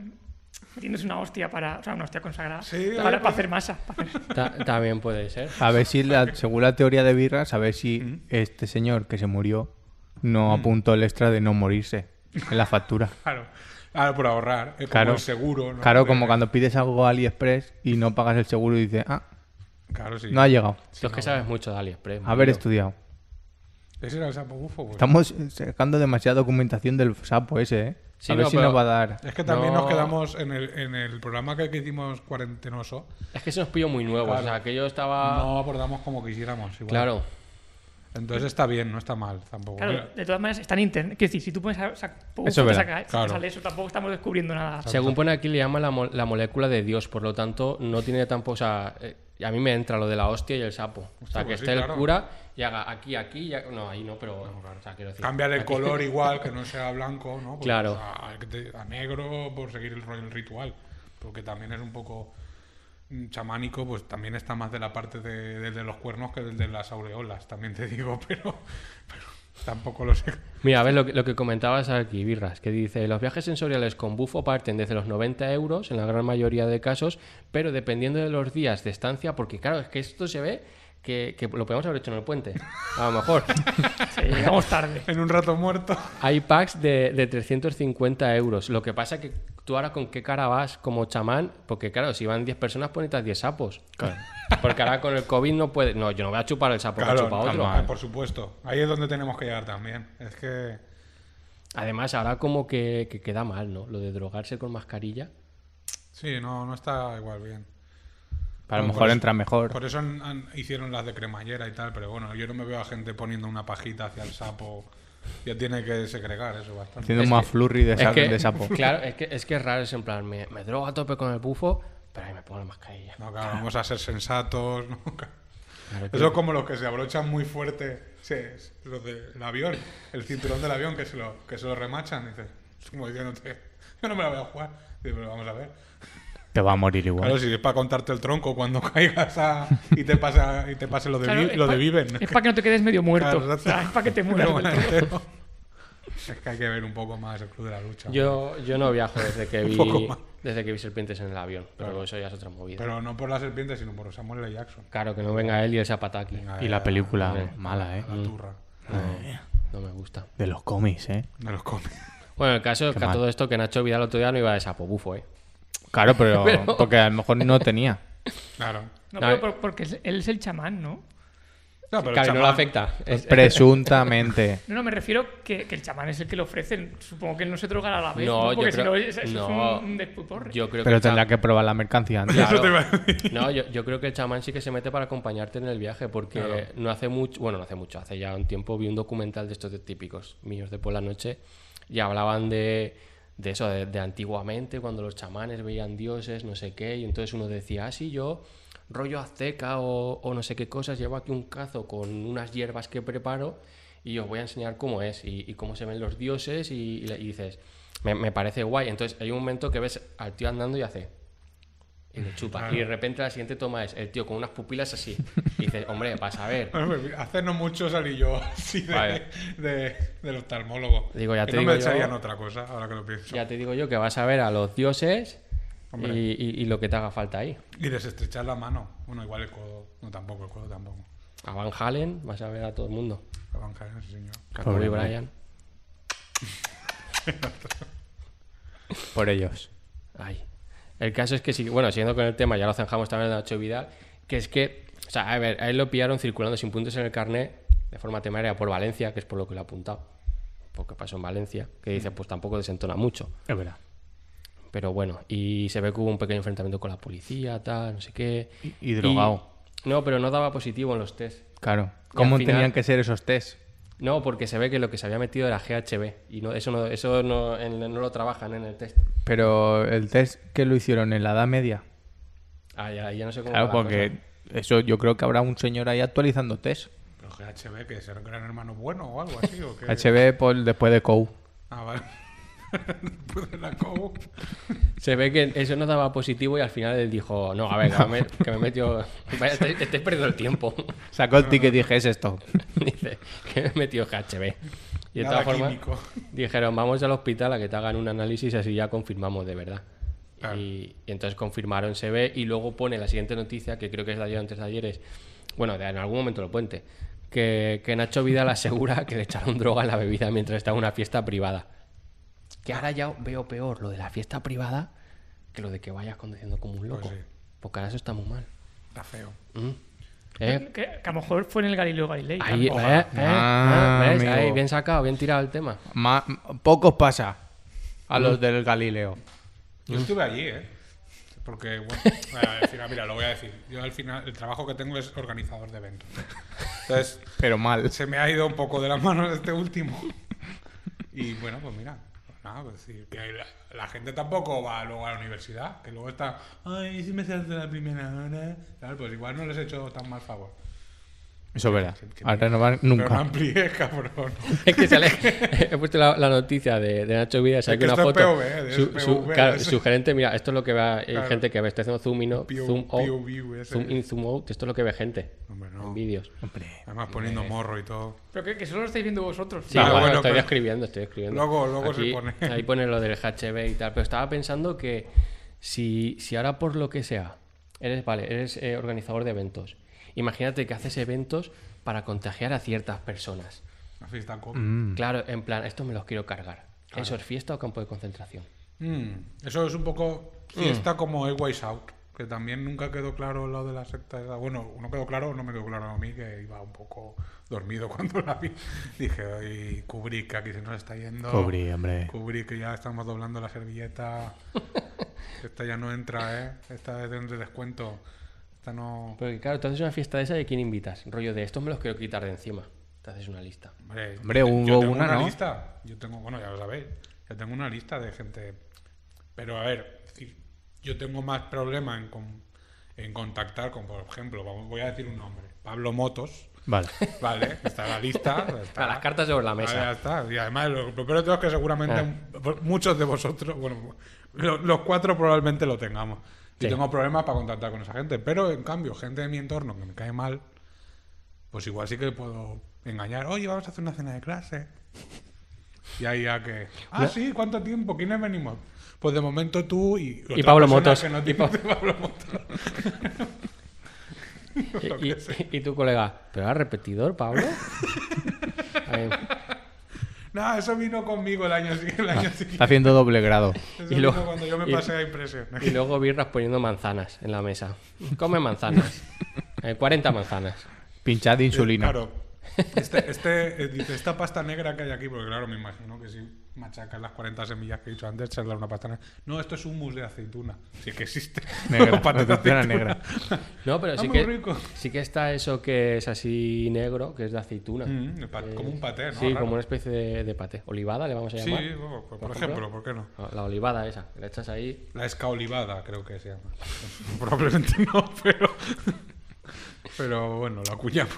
E: metiéndose una hostia para. O sea, una hostia consagrada.
D: Sí,
E: para,
D: a ver,
E: para hacer masa. para hacer-
B: Ta- también puede ser.
C: A ver si, la, según la teoría de Birras, a ver si este señor que se murió no apuntó el extra de no morirse en la factura.
D: Claro, claro, por ahorrar. Es
C: Claro.
D: como el seguro. ¿no? Eh,
C: Claro,
D: De-
C: como cuando pides algo a AliExpress y no pagas el seguro y dices, ah,
D: Claro, sí.
C: no ha llegado.
B: Tú es que sabes mucho de AliExpress.
C: Haber
B: Murillo.
C: estudiado.
D: Ese era el sapo bufo, pues.
C: Estamos sacando demasiada documentación del sapo ese, ¿eh?
B: Sí,
C: a ver
B: no,
C: si
B: pero-
C: nos va a dar.
D: Es que también
B: No.
D: nos quedamos en el, en el programa que, que hicimos cuarentenoso.
B: Es que se nos pilló muy nuevo. O sea, que yo estaba.
D: No abordamos como quisiéramos. igual.
B: Ah. Claro.
D: Entonces está bien, no está mal tampoco.
E: Claro, de todas maneras, está en internet. Quiero decir, si tú pones a sapo bufo,
C: Eso es
E: te
C: verdad,
E: saca- te
D: claro.
E: sale eso. Tampoco estamos descubriendo nada.
B: Según pone aquí, le llama la, mo- la molécula de Dios. Por lo tanto, no tiene tampoco. O sea, eh, a mí me entra lo de la hostia y el sapo. O sea,
D: Hostia,
B: que
D: pues sí,
B: esté el
D: claro.
B: cura y haga aquí, aquí. y ha- No, ahí no, pero. o sea, quiero decir.
D: Cambiar el
B: aquí-
D: color igual, que no sea blanco, ¿no? Pues
B: Claro.
D: A, a- que te- a negro por seguir el rollo del ritual. Porque también es un poco mm, chamánico, pues también está más de la parte de, de- de los cuernos que del de las aureolas, también te digo, pero, pero tampoco lo sé.
B: Mira, a ver lo que, lo que comentabas aquí, Birras, que dice: los viajes sensoriales con bufo parten desde los 90 euros en la gran mayoría de casos, pero dependiendo de los días de estancia, porque claro, es que esto se ve que, que lo podemos haber hecho en el puente. A lo mejor.
E: Sí, llegamos tarde.
D: En un rato muerto.
B: Hay packs de, de 350 euros. Lo que pasa es que tú ahora con qué cara vas como chamán, porque claro, si van 10 personas, pues necesitas 10 sapos. Porque ahora con el COVID no puedes. No, yo no voy a chupar el sapo, voy a
D: Claro,
B: chupar otro.
D: normal, por supuesto. Ahí es donde tenemos que llegar también. Es que.
B: Además, ahora como que, que queda mal, ¿no? Lo de drogarse con mascarilla.
D: Sí, no, no está igual bien.
C: A lo
D: Bueno,
C: mejor
D: por
C: entra mejor.
D: Por eso han- han- hicieron las de cremallera y tal, pero bueno, yo no me veo a gente poniendo una pajita hacia el sapo. Ya tiene que segregar eso bastante.
C: Haciendo
B: Es
C: más
B: que-
C: flurry de, sa-
B: es que,
C: de sapo.
B: Claro, es que, es que es raro, es en plan, me, me drogo a tope con el bufo, pero ahí me pongo la mascarilla.
D: No, claro, vamos a ser sensatos. ¿no?
B: Claro,
D: Eso es como los que se abrochan muy fuerte. sí, es los del avión, el cinturón del avión que se lo, que se lo remachan. Dices, es como diciéndote, yo no me la voy a jugar. Dices, pero vamos a ver.
C: Te va a morir igual.
D: Claro, si es para contarte el tronco cuando caigas a- y te pasa y te pase lo de,
E: Claro,
D: vi-
E: es
D: lo
E: pa-
D: de Viven.
E: Es para que no te quedes medio muerto.
D: Claro,
E: O sea, es para que te mueras.
D: Pero bueno,
E: del todo.
D: entero. Es que hay que ver un poco más el club de la lucha.
B: Yo, yo no viajo desde que vi
D: poco más.
B: desde que vi serpientes en el avión, pero eso ya es otra movida.
D: Pero no por la serpiente, sino por Samuel L. Jackson.
B: Claro, que no venga él y el zapataki.
C: Y la película mala, ¿eh?
B: Mm.
D: La turra
B: No me gusta.
C: De los cómics, ¿eh?
D: de los cómics.
B: Bueno, el caso es que a
C: mal.
B: todo esto que Nacho Vidal otro día no iba de sapo bufo, ¿eh?
C: Claro, pero, porque a lo mejor no tenía.
D: Claro.
B: No,
E: No, pero
B: eh.
E: por- porque es- él es el chamán, ¿no?
D: No, pero el
B: Claro, y no le
D: chamán-
B: afecta. Es-
C: Presuntamente.
E: No, no, me refiero que, que el chamán es el que lo ofrecen. Supongo que él no se drogará a la vez.
B: No,
E: No,
B: yo
E: Porque si
B: creo-
E: no, es, es
B: no.
E: un, un despiporre.
B: yo creo que
C: Pero
B: el
C: tendrá que probar la mercancía antes.
B: Claro.
D: te iba a decir.
B: No, yo, yo creo que el chamán sí que se mete para acompañarte en el viaje, porque no hace mucho, bueno, no hace mucho, hace ya un tiempo vi un documental de estos de típicos míos de por la noche y hablaban de, de eso, de, de antiguamente, cuando los chamanes veían dioses, no sé qué, y entonces uno decía, ah, sí, yo rollo azteca o, o no sé qué cosas, llevo aquí un cazo con unas hierbas que preparo y os voy a enseñar cómo es y, y cómo se ven los dioses y, y le- y dices, me, me parece guay. Entonces hay un momento que ves al tío andando y hace... Y le chupa. Y de repente la siguiente toma es el tío con unas pupilas así. Y dices, hombre, para saber.
D: Hombre, pues, Hace no mucho salí yo así de,
B: Vale.
D: de- del oftalmólogo.
B: Digo, ya
D: que
B: te
D: no
B: digo
D: me
B: yo-
D: echarían otra cosa, ahora que lo pienso.
B: Ya te digo yo que vas a ver a los dioses y,
D: Hombre.
B: y- y lo que te haga falta ahí.
D: Y desestrechar la mano. Bueno, igual el codo. No, tampoco, el codo tampoco.
B: A Van Halen vas a ver a todo el mundo.
D: La banca, ese señor.
B: A Kobe Bryant.
C: Por ellos.
B: Ay. El caso es que, si, bueno, siguiendo con el tema, ya lo zanjamos también de Nacho Vidal, que es que, o sea, a ver, a él lo pillaron circulando sin puntos en el carnet de forma temaria por Valencia, que es por lo que lo he apuntado, porque pasó en Valencia, que dice, pues tampoco desentona mucho.
C: Es verdad.
B: Pero bueno, y se ve que hubo un pequeño enfrentamiento con la policía, tal, no sé qué.
C: Y- y drogado.
B: Y- no, pero no daba positivo en los test.
C: Claro.
B: Y
C: ¿Cómo
B: al final-
C: tenían que ser esos test?
B: No, porque se ve que lo que se había metido era GHB. Y no, eso, no, eso no, en- no lo trabajan en el test.
C: Pero el test que lo hicieron en la Edad Media.
B: Ah, ya, ya no sé cómo.
C: Claro,
B: va la
C: porque eso yo creo que habrá un señor ahí actualizando test.
D: Pero GHB, que es el gran hermano bueno o algo así. ¿o qué?
C: HB por, después de COU.
D: Ah, vale. Después de la COU.
B: cosa. Se ve que eso no daba positivo y al final él dijo: No, a ver, que me- que me metió. Vaya, estáis estáis perdiendo el tiempo.
C: Sacó el ticket y dije, es esto.
B: Dice: Que me metió GHB. Y de
D: Nada
B: todas formas,
D: químico.
B: dijeron: Vamos al hospital a que te hagan un análisis, así ya confirmamos de verdad.
D: Claro.
B: Y, y entonces confirmaron, se ve, y luego pone la siguiente noticia, que creo que es de ayer o antes de ayer, es, bueno, de- en algún momento lo puente, que, que Nacho Vidal asegura que le echaron droga en la bebida mientras estaba en una fiesta privada. Que ahora ya veo peor lo de la fiesta privada que lo de que vayas conduciendo como un loco.
D: sí.
B: Porque ahora eso está muy mal.
D: Está feo.
B: Mm. ¿Eh?
E: Que, que a lo mejor fue en el Galileo Galilei.
B: Ahí,
E: claro.
B: eh, eh,
C: Ah,
B: eh, ¿ves?
C: amigo.
B: Ahí, bien sacado, bien tirado el tema.
C: Ma- pocos pasa a
D: Mm.
C: los del Galileo.
B: Mm.
D: Yo estuve allí, ¿eh? Porque, bueno, eh, al final, mira, lo voy a decir. Yo al final, el trabajo que tengo es organizador de eventos. Entonces,
C: Pero mal.
D: se me ha ido un poco de las manos este último. Y bueno, pues mira, pues nada, pues sí, que la, la gente tampoco va luego a la universidad, que luego está, ay, si me sales de la primera hora, tal, pues igual no les he hecho tan mal favor.
C: Eso es verdad.
D: que-
C: Al renovar
D: Pero no
C: nunca.
D: amplíes, cabrón.
B: Es que sale, he puesto la, la noticia de, de Nacho Vida, sale
D: Es que
B: una
D: esto
B: foto.
D: es POV, ¿eh? De
B: su, su-
D: POV,
B: claro,
D: es-
B: su gerente, mira, esto es lo que ve, hay
D: Claro.
B: gente que ve, está haciendo zoom in, o-
D: Pio-
B: zoom out,
D: POV ese.
B: zoom in, zoom out, esto es lo que ve gente
D: Hombre, no.
B: en vídeos.
C: Hombre.
D: Además poniendo morro y todo.
E: Pero que, que solo lo estáis viendo vosotros.
B: Sí,
D: Ah,
B: bueno,
D: bueno,
B: estoy
D: pero-
B: escribiendo, estoy escribiendo.
D: Luego- luego se
B: Aquí-
D: pone.
B: Ahí pone lo del HB y tal, pero estaba pensando que si, si ahora por lo que sea, eres, vale, eres eh, organizador de eventos Imagínate que haces eventos para contagiar a ciertas personas.
D: La fiesta COVID.
C: Mm.
B: Claro, en plan, estos me los quiero cargar. ¿Eso es fiesta o campo de concentración?
D: Mm, Eso es un poco fiesta
B: Mm.
D: como el Ways Out, que también nunca quedó claro lo de la secta. esa. Bueno, no quedó claro, no me quedó claro a mí, que iba un poco dormido cuando la vi. Dije, oye, Kubrick, aquí se nos está yendo.
C: Kubrick, hombre.
D: Kubrick, que ya estamos doblando la servilleta. Esta ya no entra, ¿eh? Esta es de descuento. Esta no...
B: Porque claro, tú haces una fiesta de esa de quién invitas. Rollo de estos me los quiero quitar de encima. Te haces una lista.
D: Hombre,
C: Hombre,
D: yo-
C: hubo
D: yo tengo
C: una,
D: una
C: ¿no?
D: lista. Yo tengo, bueno, ya lo sabéis. Yo tengo una lista de gente. Pero a ver, es decir, yo tengo más problema en, con- en contactar con, por ejemplo, vamos- voy a decir un nombre: Pablo Motos.
C: Vale.
D: Vale, está la lista. Está,
B: Las cartas sobre la
D: Ahora
B: mesa.
D: ya está. Y además, lo, lo peor de todo es que seguramente
B: Ah.
D: un- muchos de vosotros, bueno, lo- los cuatro probablemente lo tengamos. Y
B: Sí.
D: tengo problemas para contactar con esa gente. Pero en cambio, gente de mi entorno que me cae mal, pues igual sí que puedo engañar. Oye, vamos a hacer una cena de clase. Y ahí ya que. Ah, sí, ¿cuánto tiempo? ¿Quiénes venimos? Pues de momento tú y. otra
B: Pablo
D: persona
B: Motos.
D: que no
B: Y
D: tiene-
B: Pa-
D: Pablo Motos.
B: Y, y- y tu colega, ¿pero era repetidor, Pablo? Eh, Ay,
D: No, eso vino conmigo el año, si-
B: Ah,
D: el año siguiente.
C: Está haciendo doble grado.
D: Eso
B: Y
D: vino
B: luego-
D: cuando yo me
B: y-
D: pasé a impresión.
B: y luego birras poniendo manzanas en la mesa. Come manzanas. Eh, 40 manzanas.
C: Pinchad de insulina.
D: Claro. Este, este, eh, dice, esta pasta negra que hay aquí, porque claro, me imagino que si machacas las 40 semillas que he dicho antes, charlar una pasta negra. No, esto es hummus de aceituna. Sí que existe.
C: Negra,
D: Pata de
C: aceituna
D: aceituna.
C: negra.
B: No, pero
D: Está
B: sí
D: Ah, muy
B: que,
D: rico.
B: sí que está eso que es así negro, que es de aceituna.
D: Mm, el pa- como un paté, ¿no?
B: Eh, Sí,
D: Raro.
B: como una especie de, de paté. Olivada le vamos a
D: Sí,
B: llamar.
D: bueno, pues, por ejemplo, ¿por qué no?
B: La olivada esa, que la echas ahí.
D: La escaolivada, creo que se llama. Probablemente no, pero. Pero bueno, la acuñamos.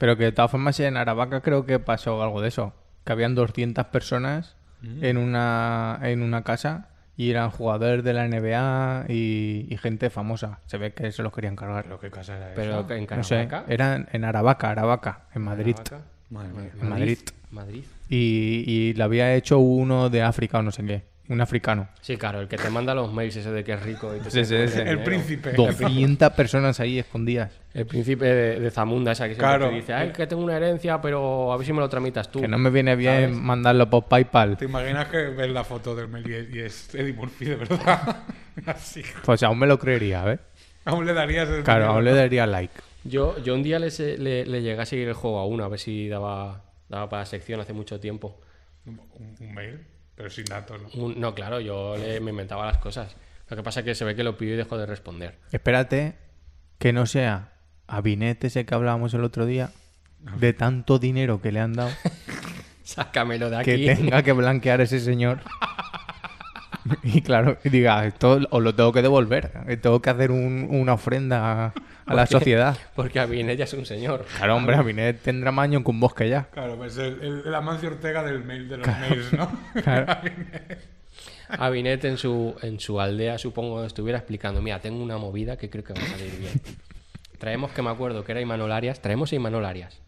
C: Pero que de todas formas en Aravaca creo que pasó algo de eso. Que habían 200 personas
D: Mm.
C: en, una, en una casa y eran jugadores de la NBA y, y gente famosa. Se ve que se los querían cargar.
D: Pero qué casa era
B: Pero en
C: no sé,
B: Caravaca.
C: eran en Aravaca, Aravaca, en Madrid.
B: Caravaca,
D: Madre mía.
C: En Madrid.
B: Madrid.
C: Y, y la había hecho uno de África o no sé qué. Un africano.
B: Sí, claro, el que te manda los mails ese de que es rico. Y te-
C: Sí, sí, sí.
D: El príncipe.
C: 200 personas ahí escondidas.
B: El príncipe de, de Zamunda, esa que siempre
D: Claro.
B: te dice, ay, que tengo una herencia, pero a ver si me lo tramitas tú.
C: Que no me viene bien mandarlo por PayPal.
D: ¿Te imaginas que ves la foto del Mel y es- y es Eddie Murphy, de verdad? Así.
C: Pues aún me lo creería, ¿ves?
D: Aún le darías el
C: Claro,
D: dinero.
C: aún le daría like.
B: Yo, yo un día les- le, le llegué a seguir el juego a uno, a ver si daba, daba para la sección hace mucho tiempo.
D: Un, un mail, pero sin datos, ¿no?
B: Un- no, claro, yo le- me inventaba las cosas. Lo que pasa es que se ve que lo pidió y dejó de responder.
C: Espérate que no sea a Binete ese que hablábamos el otro día, de tanto dinero que le han dado,
B: Sácamelo de
C: que
B: aquí.
C: tenga que blanquear ese señor. Y claro, y diga, esto os lo tengo que devolver, eh, tengo que hacer un- una ofrenda a, a la sociedad.
B: Porque a mí ella es un señor.
C: Claro, hombre, a Binete tendrá más años que un bosque ya.
D: Claro, pues el, el, el Amancio Ortega del mail de los mails, ¿no?
B: Abinet en su, en su aldea, supongo, estuviera explicando, mira, tengo una movida que creo que va a salir bien. Traemos, que me acuerdo que era Imanol Arias, traemos a Imanol Arias.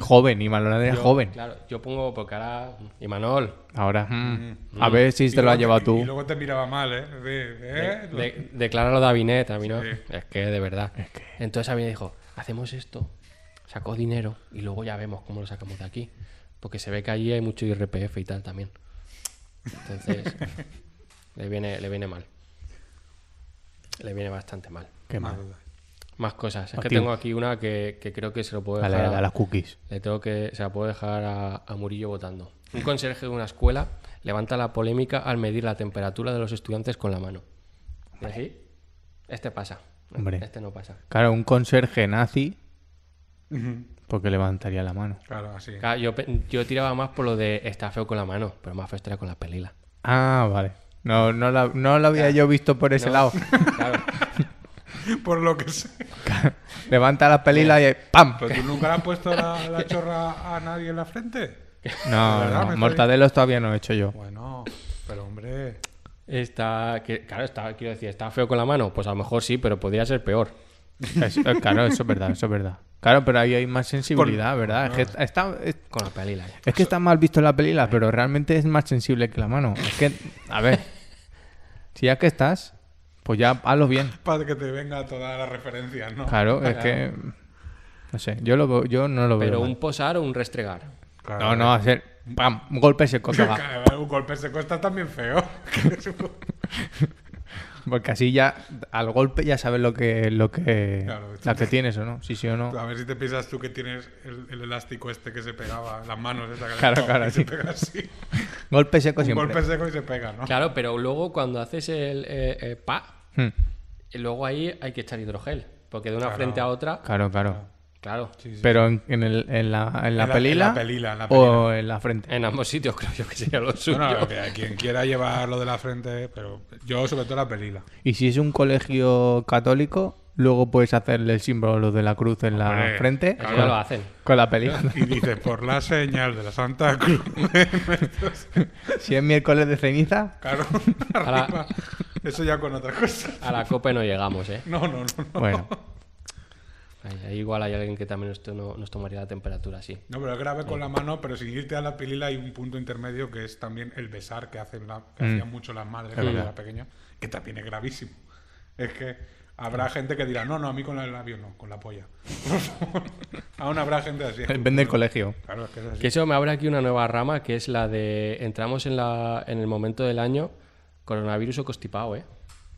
C: Joven, y Manolán era
B: Yo,
C: joven.
B: Claro, yo pongo porque ahora Imanol,
C: Ahora, mm, a ver si te lo has llevado
D: Y
C: tú.
D: luego te miraba mal, ¿eh? De- ¿eh?
B: de- decláralo de Abinet, a mí no.
D: Sí.
B: Es que de verdad. Entonces Abinet dijo, hacemos esto, sacó dinero y luego ya vemos cómo lo sacamos de aquí. Porque se ve que allí hay mucho IRPF y tal también. Entonces, le viene, le viene mal. Le viene bastante mal.
C: Qué
D: Más
C: mal.
D: dudas.
B: Más cosas. Es que
C: Activo.
B: tengo aquí una que, que creo que se lo puedo
C: Dale,
B: dejar.
C: dale
B: a-
C: a las cookies.
B: Le tengo que, se la puedo dejar a, a Murillo votando. Un conserje de una escuela levanta la polémica al medir la temperatura de los estudiantes con la mano. ¿Y así? Este pasa.
C: Hombre.
B: Este no pasa.
C: Claro, un conserje nazi, porque levantaría la mano.
D: Claro, así.
B: Claro, yo, pe- yo tiraba más por lo de está feo con la mano, pero más feo estará con la pelila.
C: Ah, vale. No, no, la, no la había yo visto por ese lado.
B: Claro.
D: Por lo que sé.
C: Levanta la pelila y ¡pam!
D: ¿Pero tú nunca le has puesto la, la chorra a nadie en la frente?
C: No,
D: ¿Verdad? Me
C: no,
D: estoy-
C: mortadelos todavía no he hecho yo.
D: Bueno, pero hombre...
B: Está, que, claro, está, quiero decir, está feo con la mano. Pues a lo mejor sí, pero podría ser peor.
C: Es- eh, claro, eso es verdad, eso es verdad. Claro, pero ahí hay más sensibilidad, ¿verdad? Es que, está, es,
B: Con la pelila. ¿eh?
C: es que está mal visto la pelila, pero realmente es más sensible que la mano. Es que, a ver, si ya que estás, Pues ya hazlo bien.
D: Para que te venga todas las referencias, ¿no?
C: Claro, es que. No sé, yo, lo, veo- yo no lo veo.
B: Pero
C: mal.
B: un posar o un restregar.
D: Claro.
C: No, no, hacer. ¡Pam! Un golpe se corta. va.
D: Claro, Un golpe se cuesta también feo.
C: Porque así ya, al golpe ya sabes lo que, lo que,
D: Claro,
C: la que tienes o no, sí, sí o no.
D: A ver si te piensas tú que tienes el, el elástico este que se pegaba, las manos esa que le
C: Claro,
D: daba,
C: claro,
D: que
C: sí.
D: se pega así.
C: Golpe seco
D: Un
C: siempre.
D: golpe seco y se pega, ¿no?
B: Claro, pero luego cuando haces el eh, eh, pa,
C: Hmm,
B: y luego ahí hay que echar hidrogel. Porque de una frente a otra,
C: Claro, claro.
B: claro,
C: Pero en, en el- en la, en la
D: En la-
C: pelila,
D: en la pelila, en la
C: o en la frente.
B: en ambos sitios creo yo que sería lo suyo.
D: Bueno, que a quien quiera llevar lo de la frente, pero yo sobre todo la pelila.
C: Y si es un colegio católico, luego puedes hacerle el símbolo de la cruz en la
D: Hombre,
C: frente
B: Eso ya
C: con,
B: lo hacen.
C: con la pelila.
D: Y dices, por la señal de la Santa Cruz.
C: si es miércoles de ceniza,
D: Claro,
B: Ahora-
D: arriba. Eso ya con otra cosa.
B: A la copa no llegamos, ¿eh?
D: No, no, no. no.
C: bueno.
B: Ahí- ahí igual hay alguien que también nos, no- nos tomaría la temperatura así.
D: No, pero es grave con la mano, pero sin irte a la pelila hay un punto intermedio que es también el besar que, hacen la- que hacían mucho las madres cuando
C: Mm. verdad.
D: era pequeño, que también es gravísimo. Es que habrá gente que dirá, no, no, a mí con el labio no, con la polla. Por favor. Aún habrá gente así.
C: Depende del colegio.
D: Claro, es que es así.
B: Que eso me abre aquí una nueva rama, que es la de entramos en, la, en el momento del año coronavirus o constipado, ¿eh?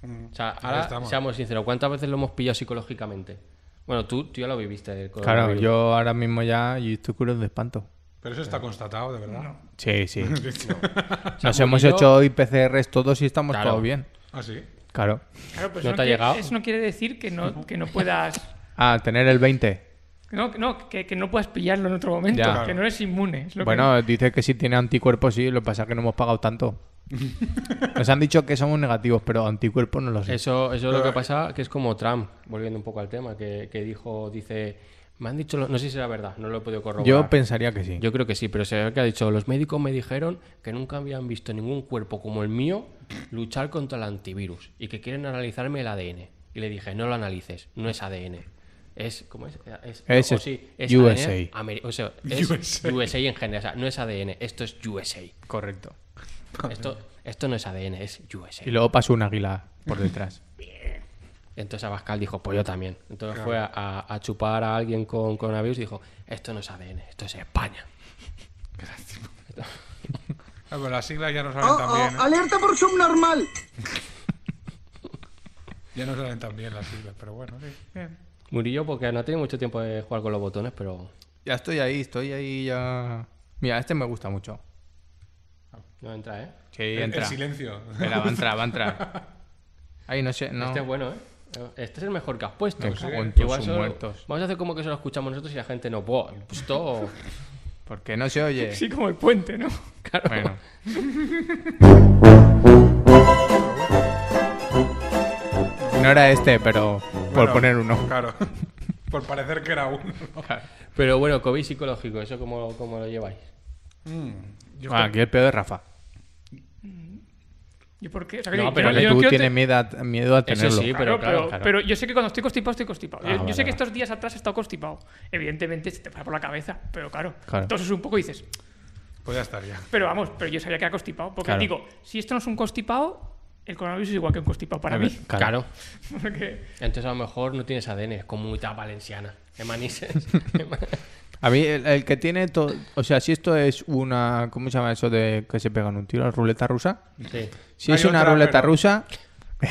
D: Mm.
B: O sea,
D: Ahí
B: ahora
D: estamos.
B: seamos sinceros, ¿cuántas veces lo hemos pillado psicológicamente? Bueno, tú, tú ya lo viviste. el
C: Claro,
B: coronavirus.
C: yo ahora mismo ya y estoy curado de espanto.
D: Pero eso está constatado, de verdad.
C: Sí, sí.
B: Se ha
C: Nos hemos
B: morido.
C: hecho IPCRs todos y estamos
B: Claro.
C: todos bien.
D: ¿Ah, sí?
C: Claro.
E: Claro, pues
B: ¿No
E: eso
B: te ha
E: quiere-
B: llegado?
E: Eso no quiere decir que no, que no puedas.
C: Ah, tener el 20.
E: No, no, que, que no puedas pillarlo en otro momento,
C: Ya.
E: que no eres inmune. es lo que-
B: eh.
C: Bueno, dice que sí tiene anticuerpos, sí, lo que pasa es que no hemos pagado tanto. Nos han dicho que somos negativos, pero anticuerpos no lo sé.
B: Eso, eso
C: eh,
B: es lo que pasa, que es como Trump, volviendo un poco al tema, que, que dijo, dice, me han dicho, lo- no sé si será verdad, no lo he podido corroborar.
C: Yo pensaría que sí.
B: Yo creo que sí, pero se ve que ha dicho, los médicos me dijeron que nunca habían visto ningún cuerpo como el mío luchar contra el antivirus y que quieren analizarme el ADN. Y le dije, no lo analices, no es ADN. Es, ¿cómo es? Es,
C: Es
B: o sí, es
C: USA.
B: ADN amer- o sea, es
D: USA.
B: USA. en general, o sea, no es ADN, esto es USA.
C: Correcto.
B: Esto, esto no es ADN, es USA.
C: Y luego pasó un águila por detrás.
B: Entonces Abascal dijo, pues yo también. Entonces fue a- a, a chupar a alguien con coronavirus y dijo, esto no es ADN, esto es España.
D: Ah, pero las siglas ya no
F: Oh,
D: salen tan bien.
F: oh,
D: ¿eh?
F: alerta por subnormal.
D: Ya no salen tan bien las siglas, pero bueno, sí. Bien.
B: Murillo porque no ha tenido mucho tiempo de jugar con los botones, pero
C: Ya estoy ahí, estoy ahí ya. Mira, este me gusta mucho.
B: no entra, ¿eh?
C: Sí,
D: El- El,
C: entra.
D: silencio.
C: Espera, va a entrar, va a entrar. Ahí no sé, no.
B: Este es bueno, ¿eh? Este es el mejor que has puesto.
C: Me cago en
B: Igual
C: todos sus
B: solo-
C: muertos.
B: Vamos a hacer como que se lo escuchamos nosotros y la gente no. Buah, pues todo.
C: Porque no se oye.
E: Sí, como el puente, ¿no?
B: Claro.
C: Bueno. No era este, pero por
D: Bueno,
C: poner uno.
D: Claro. Por parecer que era uno. ¿no?
B: Pero bueno, COVID psicológico, ¿eso cómo, cómo lo lleváis?
D: Yo
C: Ah, aquí el peor es Rafa.
E: ¿Y por qué? O sea,
B: No,
E: que- que
B: pero
C: Porque
E: yo
C: tú
E: quiero te-
C: tienes miedo, a, miedo a
B: Eso
C: tenerlo.
B: sí,
E: Claro,
B: pero claro,
E: pero,
B: claro.
E: pero yo sé que cuando estoy constipado, estoy constipado. yo,
C: Ah,
E: yo
C: vale,
E: sé que
C: vale.
E: estos días atrás he estado constipado. Evidentemente se te pasa por la cabeza, pero claro.
C: Claro.
E: Entonces un poco y dices,
D: Pues ya estaría.
E: pero vamos, pero yo sabía que era constipado. Porque
C: Claro.
E: digo, si esto no es un constipado, el coronavirus es igual que un constipado para mí.
B: Claro.
E: Porque
B: Entonces a lo mejor no tienes ADN, es comunidad valenciana. Emanises.
C: A mí, el, el que tiene todo. O sea, si esto es una. ¿Cómo se llama eso de que se pegan un tiro? ¿Ruleta rusa?
B: sí.
C: Si
D: Hay
C: es una
D: otra,
C: ruleta
D: pero-
C: rusa,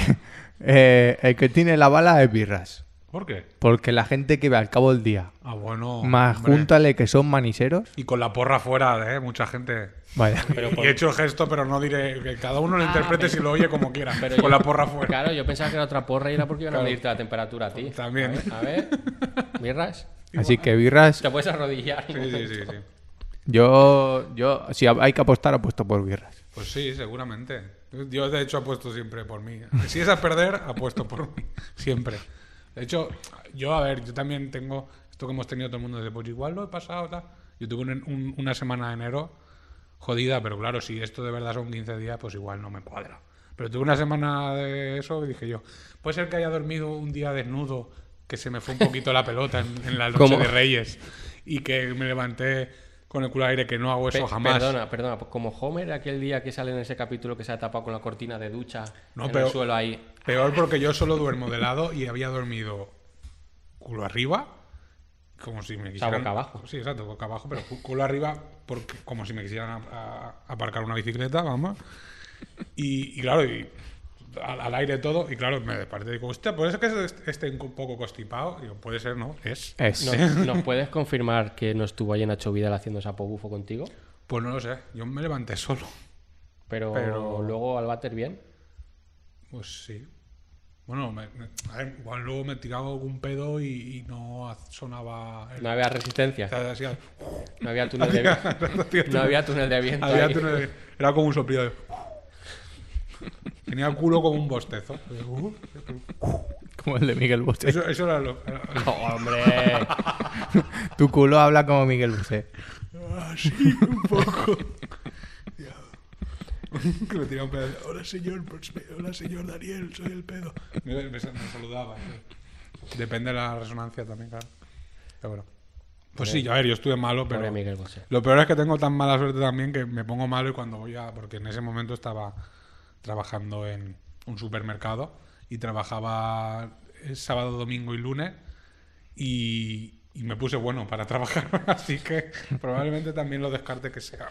C: eh, el que tiene la bala es birras.
D: ¿Por qué?
C: Porque la gente que ve al cabo del día,
D: Ah, bueno.
C: más
D: hombre.
C: júntale que son maniseros.
D: Y con la porra fuera, ¿eh? Mucha gente.
C: Vaya.
D: y he hecho el gesto, pero no diré que cada uno lo interprete si lo oye como quiera.
B: Ah, Pero
D: con
B: yo-
D: la porra fuera.
B: Claro, yo pensaba que era otra porra y era porque iban a
D: Claro.
B: medirte la temperatura a ti.
D: También.
B: A ver, a ver, birras,
C: Así que birras,
B: te puedes arrodillar.
D: Sí, sí, sí, sí.
C: yo, yo, si hay que apostar, apuesto por birras.
D: Pues sí, seguramente. Yo, de hecho, apuesto siempre por mí. Si es a perder, apuesto por mí. Siempre. De hecho, yo, a ver, yo también tengo esto que hemos tenido todo el mundo desde, pues igual lo he pasado, tal. Yo tuve un- un- una semana de enero jodida, pero claro, si esto de verdad son 15 días, pues igual no me cuadra. Pero tuve una semana de eso y dije yo, puede ser que haya dormido un día desnudo, que se me fue un poquito la pelota en, en la noche
B: ¿Cómo?
D: de Reyes y que me levanté con el culo al aire, que no hago eso
B: Pe-
D: jamás.
B: Perdona, perdona, pues como Homer aquel día que sale en ese capítulo que se ha tapado con la cortina de ducha
D: No,
B: en
D: pero-
B: el suelo ahí.
D: Peor porque yo solo duermo de lado y había dormido culo arriba, como si me quisieran...
B: boca abajo.
D: Sí, exacto, boca abajo, pero cu- culo arriba porque, como si me quisieran a- a- aparcar una bicicleta, vamos. Y, y claro, y al, al aire todo, y claro, me desperté y digo, hostia, por eso que es- esté un poco constipado. Digo, puede ser, ¿no? Es.
B: Eh.
C: Es.
B: ¿Nos, nos puedes confirmar que no estuvo allí Nacho Vidal haciendo sapo bufo contigo?
D: Pues no lo sé, yo me levanté solo.
B: Pero,
D: Pero-
B: luego al váter bien.
D: Pues sí. Bueno, me- me- a ver, igual luego me tiraba algún pedo y, y no ha- sonaba... el-
B: No había resistencia.
D: o sea, hacía-
B: No había túnel de viento. No había túnel de viento.
D: Había
B: ahí.
D: túnel de- Era como un soplido de... Tenía el culo como un bostezo.
C: Como el de Miguel Bosé.
D: Eso, eso era lo... era-
B: Oh, hombre.
C: Tu culo habla como Miguel Bosé.
D: que me tiraba un pedo. Hola, señor. pues, Hola, señor Daniel. Soy el pedo. Me, me- me saludaba. sí. Depende de la resonancia también, claro. Pero bueno. Pues sí, a ver, yo estuve malo, pero...
B: Pobre Miguel Bosé.
D: Lo peor es que tengo tan mala suerte también que me pongo malo y cuando voy a. Porque en ese momento estaba trabajando en un supermercado y trabajaba eh, sábado, domingo y lunes y, y me puse bueno para trabajar. Así que probablemente también lo descarte que sea.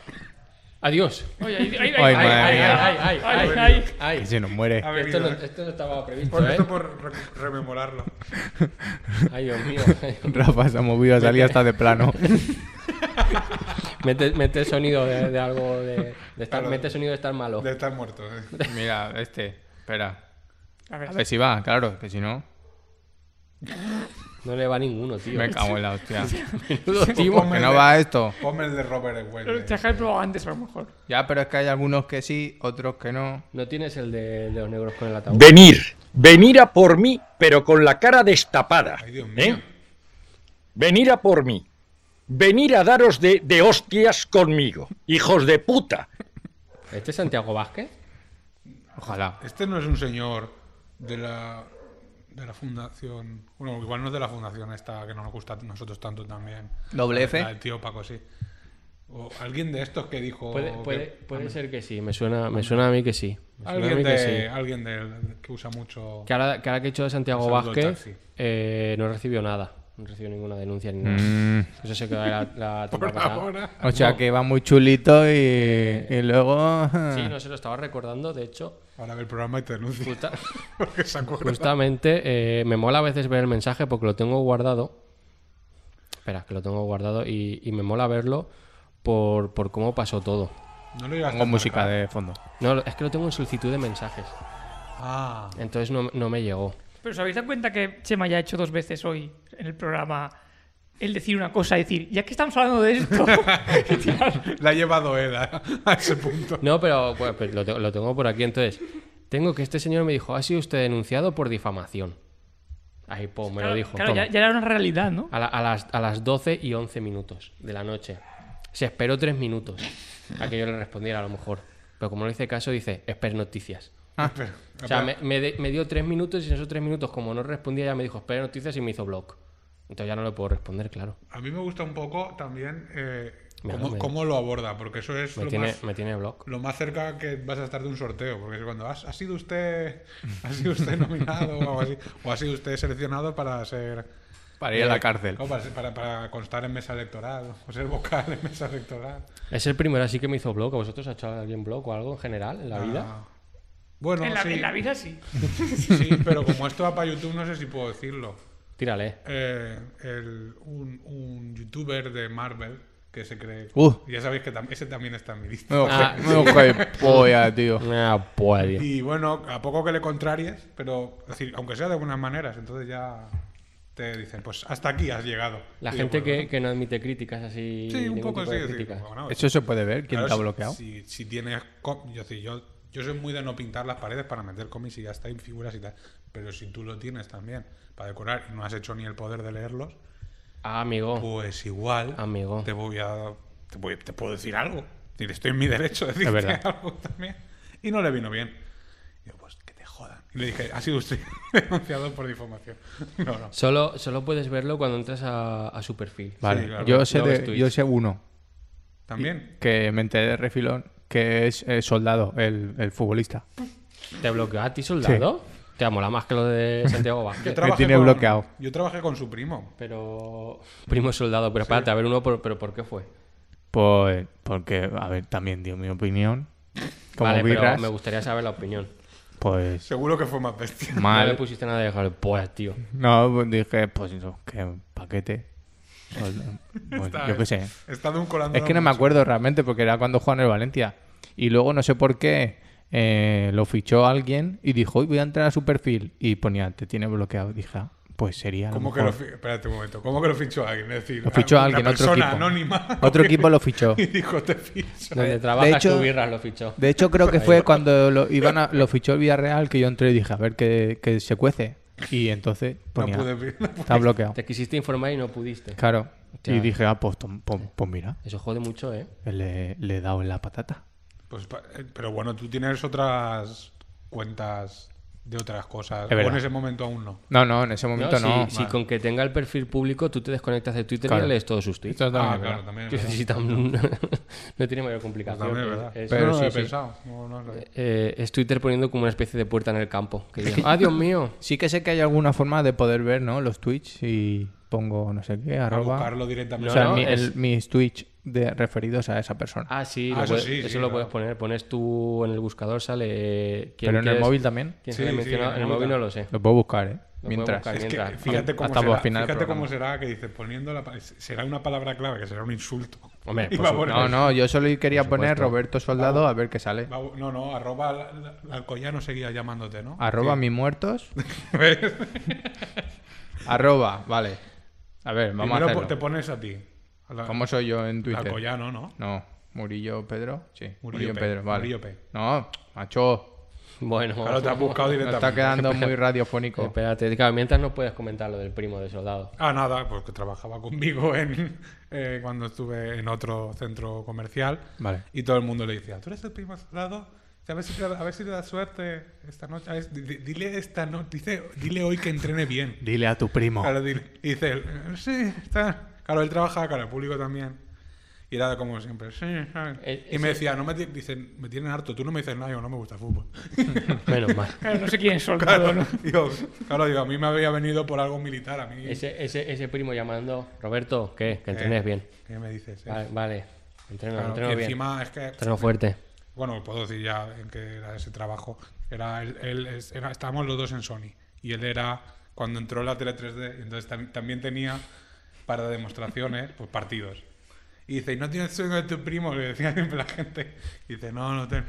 B: Adiós.
E: Oye, ahí- ahí-
C: Ay,
E: ahí-
C: madre
E: ahí-
C: mía.
E: ahí- ahí- ahí-
D: Ay,
E: ahí-
B: Ay,
C: Que se nos muere.
D: A ver.
B: esto, no, esto no estaba previsto,
D: Por
B: ¿eh?
D: ¿eh? esto por re- rememorarlo.
B: Ay, Dios mío. Ay, Dios mío.
C: Rafa se ha movido, salía hasta de plano.
B: Mete, mete el sonido de, de algo de, de estar, mete el sonido de estar malo.
D: De estar muerto. eh.
C: Mira, este. Espera.
E: A ver,
C: A ver si va, claro, que si no.
B: No le va ninguno, tío.
C: Me cago en la hostia.
B: Menudo timo.
C: Que no va esto.
D: Ponme el de Robert ¿eh?
E: pero
D: Ewell.
E: te has probado antes a lo mejor.
C: Ya, pero es que hay algunos que sí, otros que no.
B: No tienes el de, de los negros con el ataúd.
F: Venir, venir a por mí, pero con la cara destapada.
D: Ay, Dios mío.
F: ¿eh? Venir a por mí. Venir a daros de, de hostias conmigo, hijos de puta.
B: ¿Este es Santiago Vázquez?
C: Ojalá.
D: Este no es un señor de la, de la fundación. Bueno, igual no es de la fundación esta que no nos gusta a nosotros tanto también.
C: ¿Doble
D: La-
C: F?
D: la del tío Paco, sí. O alguien de estos que dijo.
B: Puede, puede,
D: que-
B: puede ser que sí. Me suena, me suena a mí que sí. Me suena a
D: alguien
B: mí
D: de,
B: que sí.
D: alguien del que usa mucho.
B: Que ahora que, ahora que he hecho de Santiago
D: Saludo al
B: Vázquez,
D: taxi.
B: eh, no recibió nada. No recibió ninguna denuncia ni nada. Eso se quedó ahí la, la temporada pasada.
C: O sea que va muy chulito y, y luego.
B: Sí, no se lo estaba recordando. De hecho,
D: Ahora ve el programa y te denuncia.
B: Puta.
D: Porque se acuerda.
B: justamente eh, me mola a veces ver el mensaje porque lo tengo guardado. Espera, que lo tengo guardado y, y me mola verlo por, por cómo pasó todo.
D: No lo llevas
C: Pongo
D: tan
C: música
D: marcado.
C: de fondo.
B: No, es que lo tengo en solicitud de mensajes.
D: Ah,
B: Entonces no, no me llegó.
E: Pero ¿os habéis dado cuenta que Chema ya ha hecho dos veces hoy en el programa el decir una cosa, decir, ya que estamos hablando de esto, y tirar-
D: la ha llevado él a, a ese punto.
B: No, pero bueno, pues lo, te- lo tengo por aquí. Entonces, tengo que este señor me dijo, ha sido usted denunciado por difamación. Ahí, pues, me lo
E: Claro,
B: dijo.
E: claro,
B: Toma. Ah,
E: ya, ya era una realidad, ¿no?
B: A, la- a las, a las 12 y 11 minutos de la noche. Se esperó tres minutos a que yo le respondiera, a lo mejor. Pero como no hice caso, dice, espere noticias.
D: Ah, Pero-
B: O sea, me, me de- me dio tres minutos y en esos tres minutos, como no respondía, ya me dijo, espere noticias y me hizo blog. Entonces ya no le puedo responder, claro.
D: A mí me gusta un poco también eh,
B: Mira,
D: cómo,
B: me-
D: cómo lo aborda, porque eso es
B: Me
D: lo
B: tiene,
D: más
B: me tiene blog.
D: Lo más cerca que vas a estar de un sorteo, porque es cuando has- ha sido usted, ha sido usted nominado o algo así, o ha sido usted seleccionado para ser
C: Para ir a la cárcel.
D: o para, ser- para- para constar en mesa electoral o ser vocal en mesa electoral.
B: Es el primero así que me hizo blog. ¿A vosotros ha hecho alguien blog o algo en general en la vida?
D: Ah. Bueno,
E: en, la,
D: sí,
E: en la vida sí.
D: sí, pero como esto va para YouTube no sé si puedo decirlo.
B: Tírale.
D: Eh, el- un, un youtuber de Marvel que se cree,
C: Uh.
D: ya sabéis que tam- ese también está en mi lista.
C: Me
B: Ah.
C: polla, tío.
B: Ah, pues, Dios.
D: Y bueno, a poco que le contraries, pero es decir, aunque sea de algunas maneras, entonces ya te dicen, pues hasta aquí has llegado.
B: La
D: Y yo,
B: gente
D: bueno,
B: que, que no admite críticas así.
D: Sí, un
B: ningún
D: poco
B: tipo de
D: sí. es decir,
B: crítica.
D: bueno,
C: Eso se puede ver, quién
D: claro,
C: está
D: si-
C: bloqueado.
D: Si, si tienes. co- Yo, sí, yo, yo soy muy de no pintar las paredes para meter cómics y ya está, y figuras y tal. Pero si tú lo tienes también para decorar y no has hecho ni el poder de leerlos,
B: Ah, amigo.
D: pues igual
B: Amigo.
D: te voy a. Te, voy- te puedo decir algo. Es decir, Estoy en mi derecho de decirte
C: verdad.
D: algo también. Y no le vino bien. Y yo, pues que te jodan. Y le dije, ha sido usted denunciado por difamación. No, no.
B: Solo, solo puedes verlo cuando entras a, a su perfil.
C: Vale,
D: Sí, claro.
C: yo, sé
B: Luego
C: de-
B: es Twitch.
C: yo sé uno.
D: También.
C: Que me enteré de refilón, que es eh, soldado, el, el futbolista.
B: ¿Te bloqueó a ti, soldado? Te mola más que lo de Santiago Vázquez.
D: trabajé
C: tiene
D: con-
C: bloqueado.
D: Yo trabajé con su primo.
B: Pero. Primo soldado, pero espérate, a ver uno, por- pero ¿por qué fue?
C: Pues, porque, a ver, también dio mi opinión. Como
B: vale,
C: birras,
B: pero me gustaría saber la opinión.
C: pues
D: Seguro que fue más bestia.
B: No le
C: mal.
B: pusiste nada de dejar pues, tío.
C: No, pues dije, pues eso, que un paquete. Pues, pues, yo qué sé.
D: Está edulcorando
C: Es que no me
D: mucho.
C: acuerdo realmente, porque era cuando jugaba en el Valencia. Y luego no sé por qué eh, lo fichó alguien y dijo, hoy voy a entrar a su perfil. Y ponía, te tiene bloqueado. Y dije, ah, pues sería. a lo
D: ¿Cómo que
C: mejor.
D: lo fi- Espérate un momento. ¿Cómo que lo fichó alguien? Es decir,
C: Lo fichó
D: una
C: alguien, otro
D: persona
C: equipo.
D: anónima.
C: Otro equipo lo fichó.
D: Y dijo, te ficho.
B: Donde trabajas
C: hecho-
B: tu birras lo fichó.
C: De hecho, creo que fue cuando lo, iban a- lo fichó el Villarreal que yo entré y dije, a ver qué, qué se cuece. Y entonces
D: No
C: ponía,
D: pude ver- no pude-
C: está bloqueado.
B: Te quisiste informar y no pudiste.
C: Claro.
B: Ya.
C: Y dije, ah, pues, tom- pom- pues mira,
B: Eso jode mucho, ¿eh?
C: le, le he dado en la patata.
D: Pues pa- eh, pero bueno, tú tienes otras cuentas de otras cosas.
C: verdad.
D: O en ese momento aún no.
C: No, no, en ese momento
B: si,
C: no.
B: si con que tenga el perfil público tú te desconectas de Twitter
C: Claro.
B: y lees todos sus tweets.
C: Esto también
D: Ah,
C: es verdad.
D: claro, también es
B: Que
D: verdad.
B: si tam- no tiene mayor complicación.
D: También es
B: Es-
D: verdad.
B: es-
D: Pero no
B: sí,
D: lo he
B: sí.
D: pensado. No, no lo he-
B: Eh, es Twitter poniendo como una especie de puerta en el campo. Que diga, ah, Dios mío.
C: Sí que sé que hay alguna forma de poder ver, ¿no? Los Twitch y pongo no sé qué,
D: A
C: arroba.
D: buscarlo
C: O
D: directamente.
C: sea,
B: No, no,
C: mi-
B: es-
C: el- mis Twitch de, referidos a esa persona.
B: Ah, sí,
D: Ah,
B: lo
D: eso
B: puedes- eso,
D: sí, sí,
B: lo
D: claro.
B: puedes poner. Pones tú en el buscador, sale. eh, quién
C: Pero en el
B: quieres-
C: móvil también.
B: quién
D: Sí,
B: se le
D: sí,
B: menciona.
D: en
B: en
D: el
B: el móvil
D: móvil
B: no lo sé.
C: Lo puedo buscar, ¿eh?
B: puedo
C: Mientras.
B: buscar,
D: Es que
B: mientras.
D: fíjate cómo
C: Hasta
D: será,
C: el final del
D: fíjate
C: programa.
D: cómo será que dices, poniendo la pa- será una palabra clave, que será un insulto.
B: Hombre,
D: Y
B: por
D: va a
B: su-
D: poner-
C: No, no, yo solo quería poner
B: supuesto.
C: Roberto Soldado a ver qué sale.
D: Ah. va a- no, no, arroba la- la- la Alcoyano seguía llamándote, ¿no?
C: Arroba mis muertos. arroba, vale. A ver, vamos
D: Primero
C: a
D: po- te
C: hacerlo.
D: pones a ti. A la-
C: ¿Cómo soy yo en Twitter?
D: Alcoyano, ¿no?
C: No, Murillo Pedro. Sí,
D: Murillo
C: Murillo,
D: P,
C: Pedro, vale.
D: Murillo P.
C: No, macho,
B: Bueno,
D: Claro, te has buscado
C: me
D: directamente.
C: está quedando muy radiofónico.
B: espérate. Claro, mientras no puedes comentar lo del primo de soldado.
D: Ah, nada, pues que trabajaba conmigo en, eh, cuando estuve en otro centro comercial.
C: Vale.
D: Y todo el mundo le decía, ¿tú eres el primo soldado? O sea, A ver, si te, a ver si te da suerte esta noche. A ver, di- di- dile esta noche, dice, dile hoy que entrene bien.
C: Dile a tu primo.
D: Claro, dile- y dice él, "Eh, sí, está. Claro, él trabajaba cara al público también. Y era como siempre, sí, ¿sabes?
B: Eh,
D: Y me decía, no me, ti- dicen, me tienen harto, tú no me dices nada, yo no me gusta el fútbol.
B: Menos mal.
E: Claro, no sé quién es soldado,
D: Claro,
E: ¿no?
D: digo, claro, digo, a mí me había venido por algo militar, a mí.
B: Ese, ese, ese primo llamando, Roberto, ¿qué? Que entrenes bien.
D: ¿Qué me dices? eh?".
B: Vale, vale. Entreno,
D: Claro,
B: entreno
D: y
B: bien.
D: encima es que
B: Entreno fuerte.
D: Bueno, puedo decir ya en qué era ese trabajo. Era él, él es- era- estábamos los dos en Sony. Y él era, cuando entró la tele 3D, y entonces tam- también tenía para demostraciones, pues partidos. Y dice, ¿y no tienes sueño de tu primo? Le decía siempre la gente. Y dice, no, no tengo.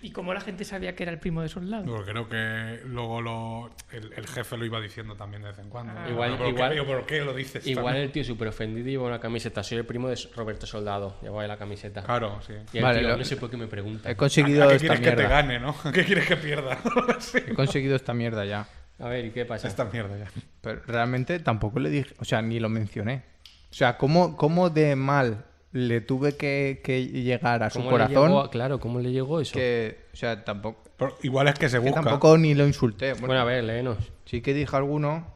E: ¿Y cómo la gente sabía que era el primo de soldado?
D: Porque creo que luego lo, el, el jefe lo iba diciendo también de vez en cuando.
E: Ah.
B: Igual-
D: Pero ¿por qué-
B: igual-
D: yo, ¿Por qué lo dices?
B: Igual
D: también?
B: el tío súper ofendido lleva una camiseta. Soy el primo de Roberto Soldado. Llevaba ahí la camiseta.
D: Claro, sí.
B: Y el
C: Vale,
B: tío,
C: lo- Eh.
B: no sé por qué me pregunta.
C: He
D: ¿A
C: conseguido
D: qué
C: esta
D: quieres que te
C: mierda.
D: gane, no? ¿A qué quieres que pierda? Sí.
C: He conseguido esta mierda ya.
B: A ver, ¿y qué pasa?
D: Esta mierda ya.
C: Pero realmente tampoco le dije, o sea, ni lo mencioné. O sea, ¿cómo, cómo de mal le tuve que, que llegar a su
B: ¿Cómo le
C: corazón?
B: llegó a- claro, ¿cómo le llegó eso?
C: Que, o sea, tampoco,
D: Pero igual es que se
C: que
D: busca.
C: tampoco ni lo insulté. Bueno,
B: Bueno, a ver, léenos.
C: sí que dije alguno,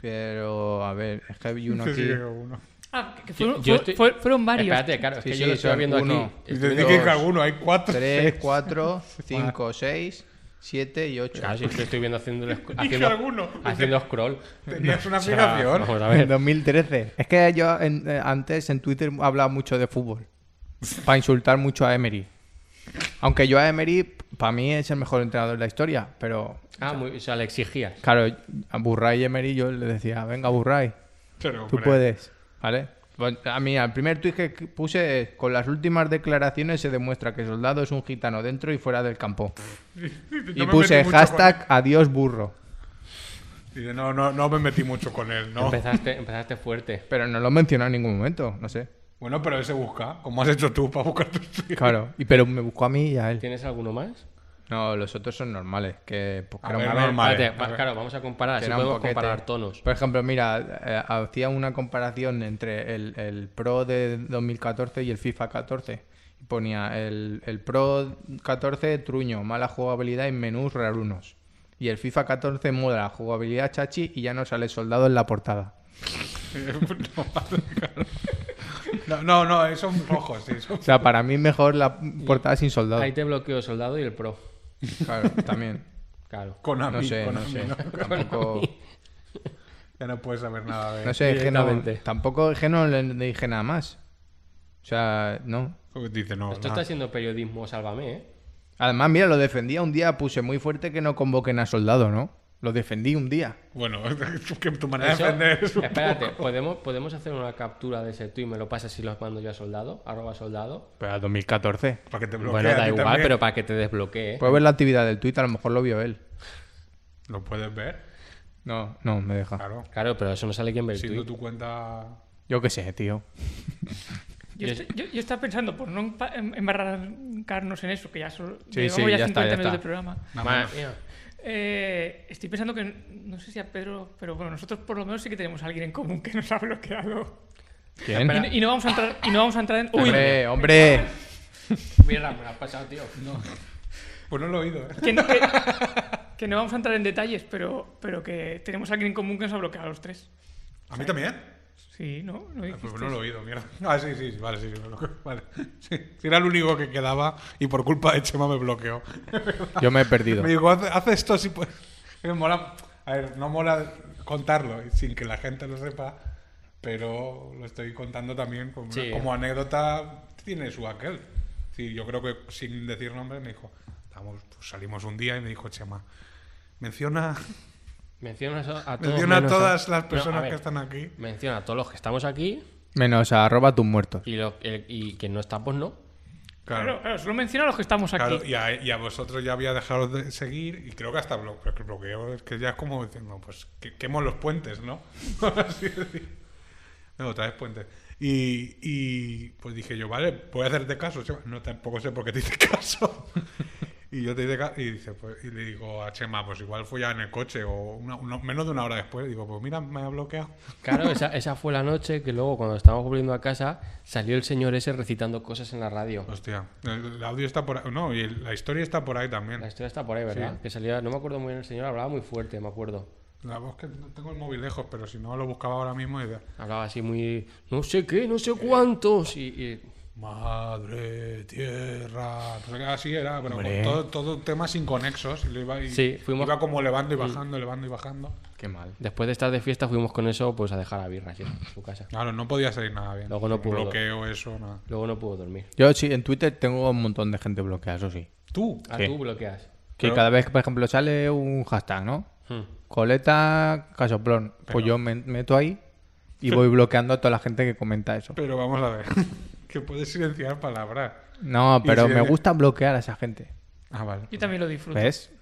C: pero a ver, es que hay uno
D: Sí,
C: aquí.
D: sí, uno.
E: Ah, que
B: Yo-
E: fueron,
B: yo
E: fue-
B: estoy-
E: fue- fueron varios.
B: Espérate, claro, es
C: Sí,
B: que
C: sí,
B: yo lo estoy
C: son
B: viendo
C: uno.
B: aquí.
D: Y
B: Estoy
D: desde
B: viendo-
D: que alguno, hay cuatro.
C: Tres,
D: seis.
C: cuatro, cinco, seis, siete y ocho.
B: Claro, Ah, sí, es que estoy viendo haciendo,
D: Dije
B: haciendo,
D: alguno.
B: haciendo scroll.
D: Tenías una
B: O sea,
D: aplicación.
B: vamos a
C: En
B: ver.
C: 2013. Es que yo en- eh, antes en Twitter hablaba mucho de fútbol. Para insultar mucho a Emery. Aunque yo a Emery, para mí es el mejor entrenador de la historia. Pero,
B: Ah, muy, o sea, le exigías.
C: claro, a Burray y Emery yo le decía, venga, Burray,
D: Pero,
C: tú
D: hombre,
C: puedes. ¿Vale? Pues, A mí, al primer tweet que puse es, con las últimas declaraciones se demuestra que Soldado es un gitano dentro y fuera del campo.
D: yo
C: Y
D: me
C: puse
D: metí mucho
C: hashtag adiós burro.
D: con- Dice, No, no, no me metí mucho con él, ¿no?
B: Empezaste, empezaste fuerte.
C: Pero no lo mencionó en ningún momento, no sé.
D: Bueno, pero él se busca. Como has hecho tú para buscar tus tweets.
C: Claro, y, pero me buscó a mí y a él.
B: ¿Tienes alguno más?
C: No, los otros son normales, que pues,
D: A
C: que eran
D: ver,
C: más-
D: normal. Vale,
B: Espérate,
D: a
B: va-
D: ver.
B: claro, vamos a comparar.
C: que
B: Así
C: eran
B: podemos
C: poquete.
B: comparar tonos.
C: Por ejemplo, mira, eh, hacía una comparación entre el, el Pro de 2014 y el FIFA 14. Y Ponía el, el Pro 14 truño, mala jugabilidad y menús rarunos. Y el FIFA 14 moda, jugabilidad chachi y ya no sale soldado en la portada.
D: No, no, no, eh, son rojos, sí. son-
C: O sea, para mí mejor la portada sin soldado.
B: Ahí te bloqueo soldado y el pro.
C: Claro, también.
B: Claro.
D: Konami,
C: No sé, no
D: Konami,
C: sé.
D: ¿no?
C: Tampoco.
D: Ya no puedes saber nada de...
C: No sé, es que no-
B: Directamente.
C: tampoco es que no le dije nada más. O sea, no.
D: Dice, no,
B: Esto
D: nada.
B: está siendo periodismo, sálvame, ¿eh?
C: Además, mira, lo defendía un día, puse muy fuerte que no convoquen a soldado, ¿no? Lo defendí un día.
D: Bueno, que tu manera
B: Eso-
D: de defender es un
B: espérate, ¿podemos, ¿podemos hacer una captura de ese tweet? ¿Me lo pasas si lo mando yo a soldado? Arroba soldado.
C: Pero a 2014.
D: Para que te bloquee
B: Bueno,
D: a ti
B: da igual,
D: también. Pues-
B: pero para que te desbloquee. ¿eh?
C: Puedes ver la actividad del Twitter, a lo mejor lo vio él.
D: Lo puedes ver,
C: No, no, me deja.
D: claro.
B: Claro, pero eso no sale quién ve el
D: Siendo
B: tweet.
D: tu cuenta...
C: Yo qué sé, tío.
E: Yo,
B: Yo-
E: est- yo- yo estaba pensando, por no empa- em- embarrancarnos en eso, que ya solo
C: Sí,
E: llevamos
C: sí,
E: ya
C: ya está,
E: 50
C: ya
E: minutos
C: está.
E: de programa.
B: Madre mía.
E: Eh, estoy pensando que, no sé si a Pedro, pero bueno, nosotros por lo menos sí que tenemos a alguien en común que nos ha bloqueado.
C: ¿Quién?
E: Y, y no vamos a entrar, y no vamos a entrar en... Uy,
C: Hombre, hombre.
B: Mierda, me lo has pasado, tío.
D: Pues no lo he oído, ¿eh?
E: que, no- que- que no vamos a entrar en detalles, pero, pero que tenemos a alguien en común que nos ha bloqueado a los tres.
D: ¿A mí también?
E: Sí, ¿no? ¿No
D: Ah, Pues
E: dijisteis?
D: no lo he oído, mierda. Ah, sí, sí, sí, vale, sí, sí, me bloqueó, vale. Sí, sí, era el único que quedaba y por culpa de Chema me bloqueó.
C: Yo me he perdido.
D: Me dijo, haz, haz esto si puedes. Me mola, a ver, no mola contarlo y sin que la gente lo sepa, pero lo estoy contando también como, una-
B: Sí.
D: como anécdota, tiene su aquel. Sí, yo creo que sin decir nombre me dijo, "Estábamos- pues salimos un día y me dijo Chema, menciona,
B: Menciona eso a todos.
D: menciona a
B: menos a-
D: todas las
B: No, a
D: personas
B: ver,
D: que están aquí.
B: Menciona a todos los que estamos aquí
C: Menos a arroba tus muertos.
B: y, los el- y quien no está, pues no.
E: Claro, claro, solo menciona a los que estamos aquí.
D: Claro, y a, y a vosotros ya había dejado de seguir y creo que hasta blo- pero que bloqueo, es que ya es como diciendo, pues que, quemo los puentes, ¿no? Así es decir. no, otra vez puentes. Y, y pues dije yo, vale, voy a hacerte caso. Chema. No, tampoco sé por qué te hice caso. y yo te hice caso y, dice, pues- y le digo a Chema, pues igual fue ya en el coche o una- una- menos de una hora después. Digo, pues mira, me ha bloqueado.
B: Claro, esa, esa fue la noche que luego, cuando estábamos volviendo a casa, salió el señor ese recitando cosas en la radio.
D: Pues, Hostia, el, el audio está por ahí. No, y el- la historia está por ahí también.
B: La historia está por ahí, ¿verdad? Que salía, no me acuerdo muy bien, el señor hablaba muy fuerte, me acuerdo.
D: La voz que no tengo el móvil lejos, pero si no lo buscaba ahora mismo y decía,
B: Hablaba así muy, no sé qué, no
D: Eh.
B: sé cuántos. Y, y-
D: Madre tierra. no sé qué, Así era, pero con todo, todo tema sin conexos. Y lo iba, y-
B: Sí, fuimos-
D: iba como levando y bajando, levando y bajando.
C: Qué mal.
B: después de estar de fiesta, fuimos con eso pues a dejar a birra así, en su casa.
D: Claro, no podía salir nada bien.
B: Luego no
D: Un
B: pudo.
D: Bloqueo, eso, nada.
B: Luego no pudo dormir.
C: Yo sí, en Twitter tengo un montón de gente bloqueada, eso sí.
D: Tú.
B: Ah,
C: Sí.
B: tú bloqueas.
C: Que
D: Pero-
C: cada vez que, por ejemplo, sale un hashtag, ¿no?
B: Hmm.
C: Coleta Casoplón. Pues yo me meto ahí y voy bloqueando a toda la gente que comenta eso.
D: Pero vamos a ver. que puedes silenciar palabras.
C: No,
D: Y
C: pero
D: si-
C: me gusta bloquear a esa gente.
D: Ah, vale.
E: Yo también lo disfruto.
C: ¿Ves?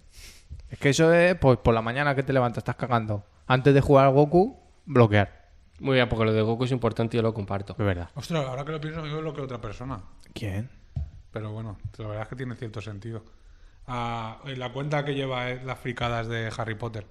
C: Es que eso es pues, por la mañana que te levantas, estás cagando. Antes de jugar al Goku, bloquear.
B: Muy bien, porque lo de Goku es importante y yo lo comparto.
C: Es verdad.
D: Ostras, ahora que lo pienso, yo bloqueo a otra persona.
C: ¿Quién?
D: Pero bueno, la verdad es que tiene cierto sentido. Ah, la cuenta que lleva eh, las fricadas de Harry Potter.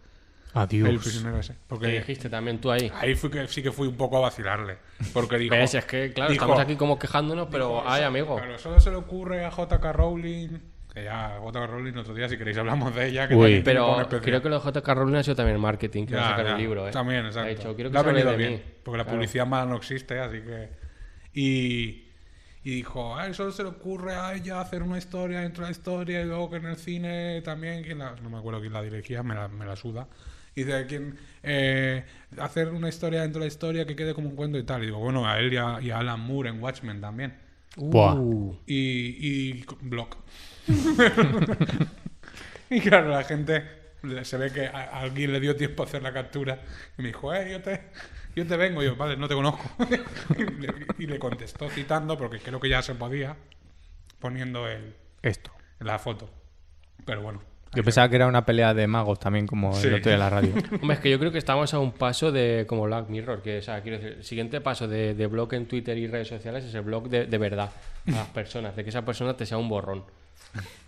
D: El
C: Adiós.
D: prisionero ese. Porque
B: Te dijiste también tú ahí.
D: Ahí fui que, sí que fui un poco a vacilarle. Porque dijo.
B: ¿Ves? Es que, claro,
D: dijo-
B: estamos aquí como quejándonos, pero
D: dijo,
B: ay,
D: "Eso-
B: amigo.
D: Claro, solo se le ocurre a J.K. Rowling. Que ya, J.K. Rowling, otro día, si queréis, hablamos de ella. Que
C: Uy.
D: también tiene un
B: Pero
D: especial.
B: creo que lo de J.K. Rowling ha sido también marketing, que va a
D: Ya,
B: sacar
D: ya,
B: un libro, ¿eh?
D: También, exacto.
B: Ha dicho, quiero que
D: Le ha
B: se hable
D: venido
B: de
D: bien,
B: mí.
D: Porque la
B: Claro.
D: publicidad mala no existe, así que. Y. Y dijo, ay, solo se le ocurre a ella hacer una historia dentro de la historia y luego que en el cine también, quien la- no me acuerdo quién la dirigía, me la, me la suda. Y dice, ¿quién, eh, hacer una historia dentro de la historia que quede como un cuento y tal. Y digo, bueno, a él y a, y a Alan Moore en Watchmen también.
C: Buah.
D: Y, y blog. y claro, la gente le- se ve que a- a alguien le dio tiempo a hacer la captura y me dijo, eh, yo te, yo te vengo. Y yo, vale, no te conozco. y, le, y le contestó citando, porque creo que ya se podía, poniendo el,
C: Esto.
D: la foto. Pero bueno.
C: Yo pensaba que era una pelea de magos también, como
D: Sí.
C: el otro de la radio.
B: Hombre, es que yo creo que estamos a un paso de como Black Mirror, que, o sea, quiero decir, el siguiente paso de, de blog en Twitter y redes sociales es el blog de, de verdad a las personas, de que esa persona te sea un borrón.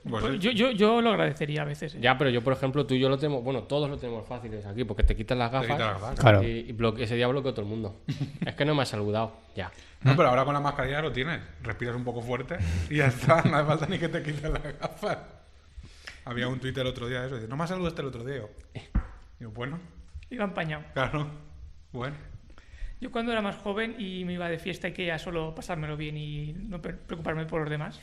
D: Pues,
E: Pues yo, yo, yo lo agradecería a veces. ¿eh?
B: Ya, pero yo, por ejemplo, tú y yo lo tenemos, bueno, todos lo tenemos fáciles aquí, porque te quitas las gafas
D: quitas las gafas.
C: Claro.
B: y, y bloque- ese día bloqueo a todo el mundo. es que no me has saludado, ya.
D: No, pero ahora con la mascarilla lo tienes. Respiras un poco fuerte y ya está. No hace falta ni que te quites las gafas. Había un Twitter el otro día de eso. Dice, no me este saludaste el otro día. Yo, bueno,
E: Iba empañado.
D: claro. Bueno.
E: Yo cuando era más joven y me iba de fiesta y quería solo pasármelo bien y no pre- preocuparme por los demás,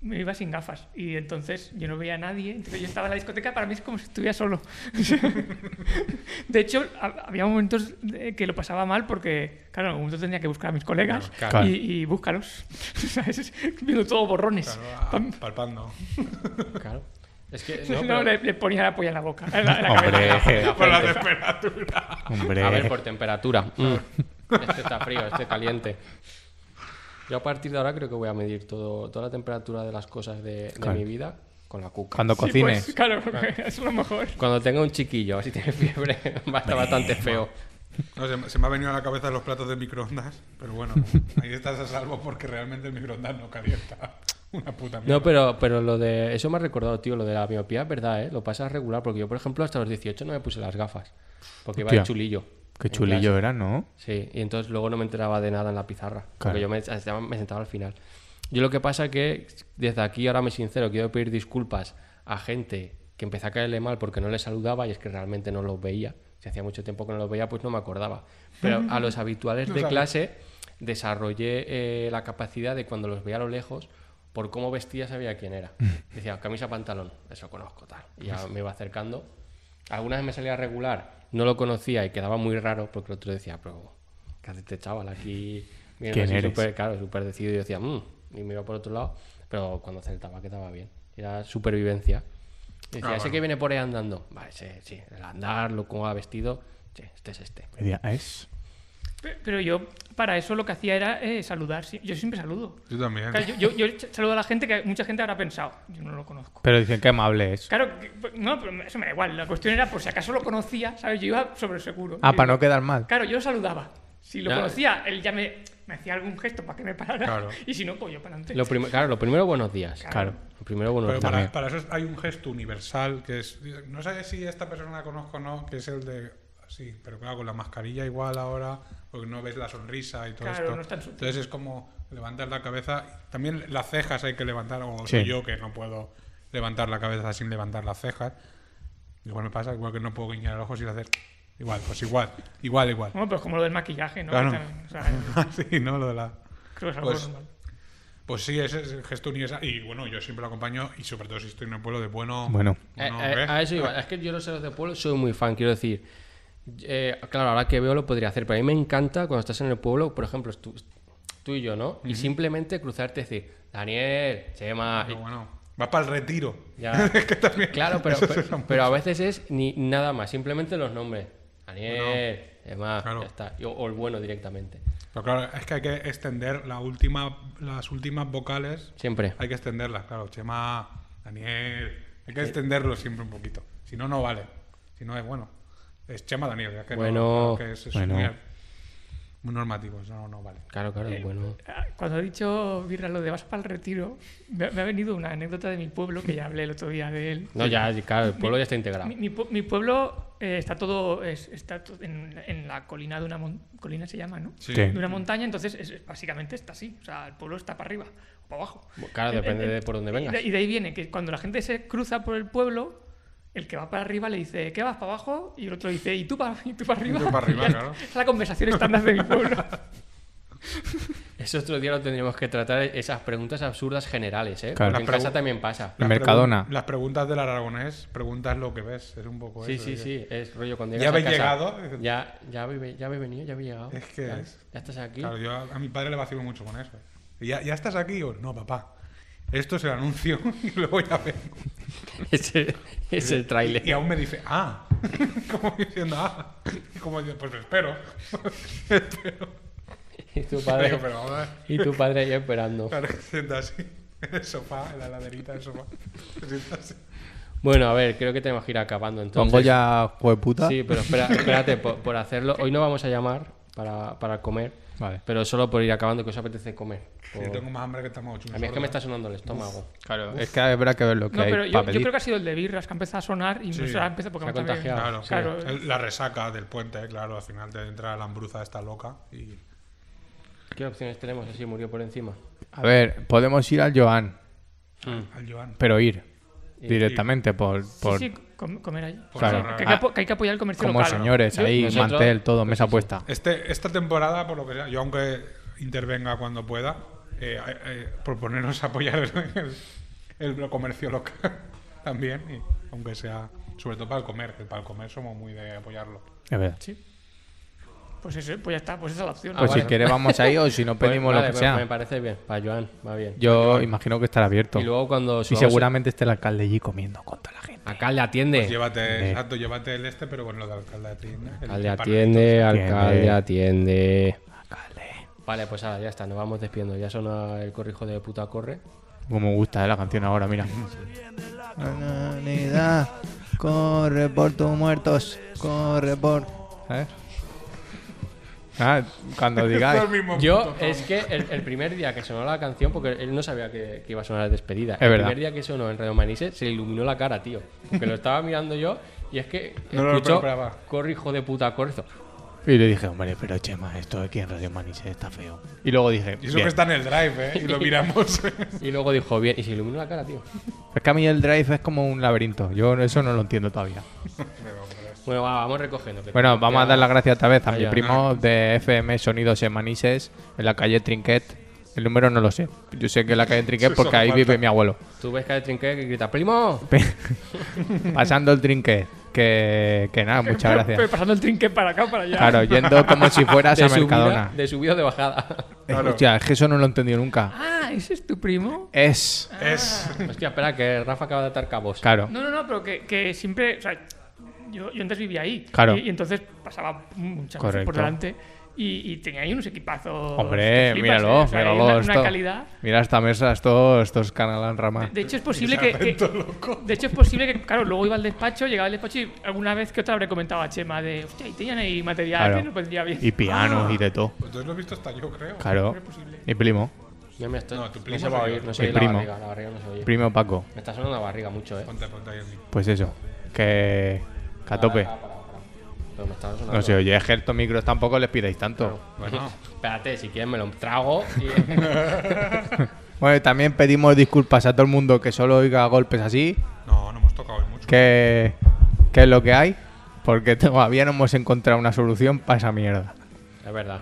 E: me iba sin gafas y entonces yo no veía a nadie. Entonces yo estaba en la discoteca, para mí es como si estuviera solo. de hecho, ha- había momentos eh, que lo pasaba mal porque, claro, en algún momento tenía que buscar a mis colegas
D: Claro, claro.
E: Y, y búscalos. ¿Sabes? Viendo todo borrones.
D: Claro,
E: Pam.
D: ah, palpando.
B: Claro. Es que.
E: No,
B: No, pero-
E: le, le ponía la polla en la boca. en la- en la cabeza.
C: Hombre,
D: Por la temperatura.
C: hombre.
B: A ver, por temperatura. Mm. Este está frío, este caliente. Yo a partir de ahora creo que voy a medir todo, toda la temperatura de las cosas de, de
C: Claro.
B: mi vida con la cuca.
C: Cuando
E: Sí,
C: cocines.
E: pues, claro, es lo mejor.
B: Cuando tenga un chiquillo, si tiene fiebre, va a estar bastante feo.
D: No, se, me- se me ha venido a la cabeza los platos de microondas, pero bueno, ahí estás a salvo porque realmente el microondas no calienta. Una puta mierda.
B: No, pero, pero lo de. Eso me ha recordado, tío, lo de la miopía, es verdad, ¿eh? Lo pasas regular, porque yo, por ejemplo, hasta los 18 no me puse las gafas. Porque iba de
C: Hostia.
B: chulillo.
C: Qué
B: en clase.
C: chulillo era, ¿no?
B: Sí, y entonces luego no me enteraba de nada en la pizarra.
C: Claro.
B: Porque yo me, estaba- me sentaba al final. Yo lo que pasa es que desde aquí, ahora me sincero, quiero pedir disculpas a gente que empecé a caerle mal porque no le saludaba y es que realmente no los veía. Si hacía mucho tiempo que no los veía, pues no me acordaba. Pero a los habituales de clase desarrollé eh, la capacidad de cuando los veía a lo lejos, por cómo vestía sabía quién era. Decía, camisa, pantalón, eso conozco, tal. Y ya me iba acercando. Algunas me salía regular, no lo conocía y quedaba muy raro porque el otro decía, pero, ¿qué hace este chaval aquí? Viene
C: ¿Quién
B: así
C: eres?
B: súper- claro, súper decidido. Y yo decía, "Mm", y me iba por otro lado, pero cuando acertaba quedaba bien. Era supervivencia. Y
D: Ah,
B: decía, ese que viene por ahí andando. Vale, sí, sí, el andar, lo cómo va vestido. Sí, este es este.
C: Decía, Es.
E: Pe- Pero yo, para eso lo que hacía era eh, saludar. sí. Yo siempre saludo.
D: Yo también.
E: Claro, yo, yo- yo ch- saludo a la gente que mucha gente habrá pensado. Yo no lo conozco.
C: Pero dicen que amable es.
E: Claro, que- pues, no, pero eso me da igual. La cuestión era por si acaso lo conocía, ¿sabes? Yo iba sobre el seguro.
C: Ah,
E: Yo-
C: para no quedar mal.
E: Claro, yo lo saludaba. Si lo
B: Ya.
E: conocía, él ya me, me hacía algún gesto para que me parara.
D: Claro.
E: Y si no, pues yo para adelante.
B: Lo prim- claro, lo primero, buenos días.
E: Claro.
B: Lo primero, buenos
D: Pero
B: días.
D: para, para eso hay un gesto universal que es. No sé si esta persona la conozco o no, que es el de. Sí, pero claro, con la mascarilla igual ahora, porque no ves la sonrisa y todo
E: Claro,
D: esto.
E: no es tan sutil.
D: Entonces es como levantar la cabeza. También las cejas hay que levantar, o
C: Sí.
D: soy yo que no puedo levantar la cabeza sin levantar las cejas. Igual me pasa, igual que no puedo guiñar el ojo sin hacer. Igual, pues igual, igual, igual.
E: Bueno, pero es como lo del maquillaje, ¿no?
D: Claro.
E: Que también, o sea,
D: Así, ¿no? Lo de la.
E: creo que es algo
D: Pues-
E: normal.
D: Pues sí, ese es el gesto universal. Y bueno, yo siempre lo acompaño, y sobre todo si estoy en un pueblo de bueno.
C: Bueno.
B: Eh,
D: bueno,
B: eh,
D: ¿ves?
B: a eso iba. Es que yo los héroes de pueblo soy muy fan, quiero decir. eh, claro, ahora que veo lo podría hacer, pero a mí me encanta cuando estás en el pueblo, por ejemplo, tú, tú y yo, ¿no? Y simplemente cruzarte y decir, Daniel, Chema, y-
D: Pero bueno, vas para el retiro.
B: ya. Claro, pero,
D: eso
B: pero,
D: suena mucho.
B: pero a veces es ni nada más, simplemente los nombres. Daniel, Chema,
D: claro.
B: ya está. Y- o el bueno directamente.
D: Pero claro, es que hay que extender la última, las últimas vocales.
B: Siempre.
D: Hay que extenderlas, claro. Chema, Daniel. Hay que extenderlo siempre un poquito. Si no, no vale. Si no es bueno. Es Chema Daniel. Es que no-
B: Bueno,
D: que es, es
C: bueno.
D: muy, muy normativo. Eso no, no vale.
B: Claro, claro,
D: Eh,
B: el bueno.
E: Ah, Cuando he dicho, Birra, lo de vas para el retiro, me, me ha venido una anécdota de mi pueblo, que ya hablé el otro día de él.
B: No, ya, claro, el pueblo ya está integrado.
E: Mi, mi pue- mi pueblo eh, está todo es- está to- en, en la colina de una mon- colina se llama, ¿no?
D: Sí.
E: De
C: Sí.
E: una montaña, entonces es- básicamente está así, o sea, el pueblo está para arriba o para abajo.
B: Claro,
E: En-
B: depende
E: en-
B: de por dónde
E: y
B: vengas.
E: de- Y de ahí viene que cuando la gente se cruza por el pueblo, el que va para arriba le dice, ¿qué vas para abajo? Y el otro dice, ¿y tú para, y tú para arriba?
D: tú para arriba,
E: Ya
D: claro.
E: está. Es la conversación estándar de mi pueblo.
B: Eso otro día lo tendríamos que tratar, esas preguntas absurdas generales, ¿eh?
C: Claro.
B: Porque en
D: Las pregun-
B: casa también pasa.
C: En
D: Las
C: Mercadona.
D: pregun- Las preguntas del aragonés, preguntas lo que ves. Es un poco
B: Sí,
D: eso.
B: sí,
D: tío.
B: sí, es rollo cuando
D: ¿Ya
B: llegas a
D: habéis
B: casa,
D: llegado?
B: Ya, ya, habéis- ya habéis venido, ya habéis llegado.
D: Es que
B: ya,
D: es-
B: ya estás aquí.
D: Claro, yo a, a mi padre le vacilo mucho con eso. Y ¿Ya, ¿Ya estás aquí? Y yo, no, papá. Esto es el anuncio y luego ya vengo.
B: Ese es el
D: Y
B: tráiler.
D: aún me dice, ah, como diciendo, ah, Y como yo, pues espero. espero.
B: Y tu
D: Digo,
B: padre,
D: pero vamos a ver.
B: y tu padre ahí esperando.
D: Claro, se sienta así, en el sofá, en la laderita del sofá. Se sienta así.
B: Bueno, a ver, creo que tenemos que ir acabando entonces.
C: Pongo ya jueputa.
B: Sí, pero espera- espérate, por, por hacerlo. Hoy no vamos a llamar para, para comer,
C: Vale.
B: pero solo por ir acabando, que os apetece comer. Por-
D: Yo tengo más hambre que estamos ocho.
B: Oh. A mí es que me está sonando el estómago.
C: Claro, es que habrá que ver lo que
E: No,
C: hay
E: pero
C: pa'
E: yo, yo
C: pedir.
E: creo que ha sido el de Birras que ha empezado a sonar y
D: Sí.
E: no se ha empezado porque
B: Se ha
E: me está bien.
B: contagiado.
D: Claro,
E: Claro.
D: el- la resaca del puente, claro, al final te entra la hambruza esta loca y
B: ¿Qué opciones tenemos así murió por encima?
C: A ver, podemos ir al Joan,
D: al Joan.
C: pero ir. directamente por, por
E: Sí, sí, com- comer allí.
C: Claro.
E: Sí, que, hay que, apo- que hay que apoyar el comercio
C: como
E: local.
C: señores,
B: este Yo-
C: ahí,
B: nosotros-
C: mantel, todo,
B: pues
C: mesa
B: sí, sí.
C: puesta.
D: Este, esta temporada, por lo que sea, yo aunque intervenga cuando pueda, eh, eh, proponernos apoyar el, el- el comercio local también, y aunque sea, sobre todo para el comer, que para el comer somos muy de apoyarlo.
C: Es verdad.
E: Sí. Pues, eso, pues ya está, pues esa es la opción.
B: Ah,
C: Pues si
B: vale.
C: quieres vamos ahí o si no
B: Pues,
C: pedimos
B: vale,
C: lo que
B: pues
C: sea.
B: Me parece bien, para Joan, va bien.
C: Yo imagino que estará abierto.
B: y luego pues, cuando
C: y
B: subamos-
C: seguramente esté el alcalde allí comiendo con toda la gente.
B: Alcalde atiende.
D: Llévate,
C: Hombre.
D: exacto, llévate el este, pero con lo de alcalde de Tienda. el-
B: alcalde
D: el pan-
B: atiende,
C: Atiende.
B: alcalde atiende. Vale, pues ahora ya está, nos vamos despidiendo. Ya suena el corrijo de puta corre.
C: Como me gusta eh, la canción ahora, mira. Anonidad, corre por tus muertos, corre por... ¿Sabes? Ah, cuando
D: Todo
C: digáis...
D: el mismo
B: Yo,
D: puto tono.
B: es que el, el primer día que sonó la canción, porque él no sabía que, que iba a sonar la despedida.
C: Es
B: el
C: verdad.
B: primer día que sonó en Radio Manises se le iluminó la cara, tío. Porque lo estaba mirando yo y es que
D: No lo
B: escuchó
D: esperaba.
B: corre hijo de puta corzo.
C: Y le dije, hombre, pero Chema, esto aquí en Radio Manises está feo. Y luego dije,
D: Y eso
C: bien.
D: que está en el drive, ¿eh? Y lo miramos.
B: Y luego dijo, bien, y se iluminó la cara, tío.
C: es que a mí el drive es como un laberinto. Yo eso no lo entiendo todavía.
B: Bueno, va, vamos recogiendo. que
C: Bueno,
B: te-
C: vamos a
B: ya-
C: dar las gracias otra vez a
B: Ah,
C: mi
B: ya.
C: primo de FM Sonidos en Manises, en la calle Trinquet. El número no lo sé. Yo sé que es la calle Trinquet
D: Sí,
C: porque
D: solo
C: ahí
D: falta.
C: vive mi abuelo.
B: Tú ves que hay trinquete que grita, ¡primo!
C: Pasando el Trinquet. Que, que nada, muchas
E: Pero
C: gracias.
E: pasando el trinque para acá, para allá.
C: Claro, yendo como si fueras a
B: de subida,
C: Mercadona.
B: de subida o de bajada.
D: Claro.
C: Hostia, es que eso no lo he entendido nunca.
E: Ah, ¿ese es tu primo?
C: Es.
D: es.
B: Hostia, espera, que Rafa acaba de atar cabos.
C: Claro.
E: No, no, no, pero que, que siempre. O sea, yo, yo antes vivía ahí.
C: Claro.
E: Y, y entonces pasaba muchas veces
C: Correcto.
E: por delante. Y, y tenía ahí unos equipazos.
C: Hombre,
E: que flipas,
C: míralo,
E: ¿eh? O sea,
C: míralo.
E: Una, una
C: esto.
E: calidad.
C: Mira esta mesa, esto, esto es canal en rama.
E: De hecho, es posible que. que- de hecho, es posible que, claro, luego iba al despacho, llegaba al despacho y alguna vez que otra habré comentado a Chema de, hostia, y tenían ahí material
C: Claro.
E: que no vendría pues bien. Ah.
C: Y pianos y de todo.
D: Entonces lo he visto hasta pues yo, creo.
C: Claro.
E: es posible.
C: Mi primo.
B: No, me estoy,
D: No, tu
B: no
D: primo
B: se va a
D: soy
B: oír,
D: yo.
B: no se oye
C: El
B: la
C: primo.
B: barriga, la barriga no se oye.
C: Primo Paco.
B: Me está sonando la barriga mucho, eh.
D: Ponte, ponte ahí el micro.
C: Pues eso. Que. Que a tope.
B: Ah, para, para. Pero me está sonando.
C: No se oye, es que estos micros tampoco les pidáis tanto.
D: Bueno,
B: Espérate, si quieres me lo trago y...
C: Bueno, también pedimos disculpas a todo el mundo que solo oiga golpes así,
D: no, no hemos tocado hoy mucho.
C: que, que es lo que hay, porque todavía no hemos encontrado una solución para esa mierda.
B: es verdad.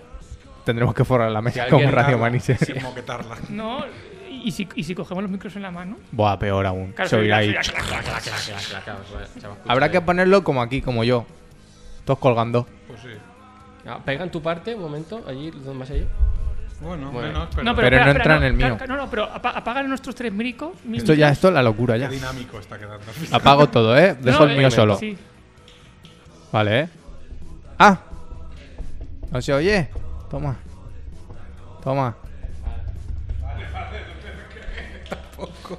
C: Tendremos que forrar la mesa
B: Si
C: con
B: alguien
C: Radio
D: Moquetarla,
C: Manises.
D: Sin moquetarla.
E: No, y si, y si cogemos los micros en la mano.
C: Buah, peor aún.
E: Claro,
C: Se
E: se
C: oirá
E: oirá,
C: ahí.
E: se oirá, clac,
B: Clac, clac, clac, clac, claro, se va- se va a escuchar
C: Habrá
B: ahí.
C: que ponerlo como aquí, como yo. Todos colgando.
D: Pues sí.
B: Ah, Pega en tu parte, un momento, allí, más allí.
D: Bueno,
B: Bueno.
D: menos, pero,
E: No, pero,
C: Pero
E: espera,
C: no
E: espera,
C: entra en el
E: claro,
C: mío.
E: claro, No, no, pero apa- apagan nuestros tres micros. mi-
C: Esto ya, esto es la locura
D: qué
C: ya.
D: dinámico está quedando.
C: Apago todo, ¿eh?
E: No,
C: Dejo el
E: eh,
C: mío solo.
E: Sí.
C: Vale, ¿eh? ¡Ah! ¿No se oye? Toma. Toma.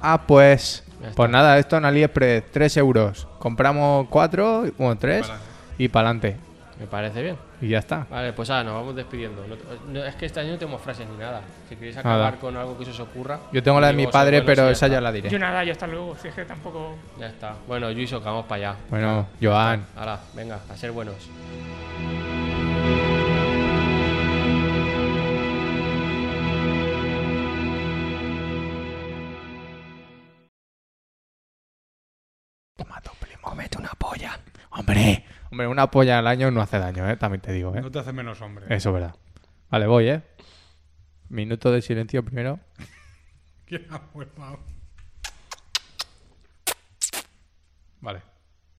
C: Ah, pues.
B: Ya está.
C: Pues nada, esto en AliExpress, 3 euros. Compramos 4, bueno, 3
D: Pa'lante.
C: y para adelante.
B: Me parece bien.
C: Y ya está.
B: Vale, pues ahora nos vamos despidiendo. No- no, es que este año no tenemos frases ni nada. Si queréis acabar
C: Nada.
B: con algo que se os ocurra.
C: Yo tengo la de mi
B: digo,
C: padre,
B: bueno, sí,
C: pero
B: ya
C: esa
B: está.
C: ya la
E: Yo
C: diré.
E: nada, yo hasta luego. Si es que tampoco.
B: Ya está. Bueno, Juiso, que vamos para allá.
C: Bueno, Joan.
B: Ahora, venga, a ser buenos.
C: Hombre, hombre, una polla al año no hace daño, ¿eh? También te digo, ¿eh?
D: No te hace menos hombre.
C: Eso es verdad. Vale, voy, ¿eh? Minuto de silencio primero.
D: ¿Quién ha muerto?
C: Vale.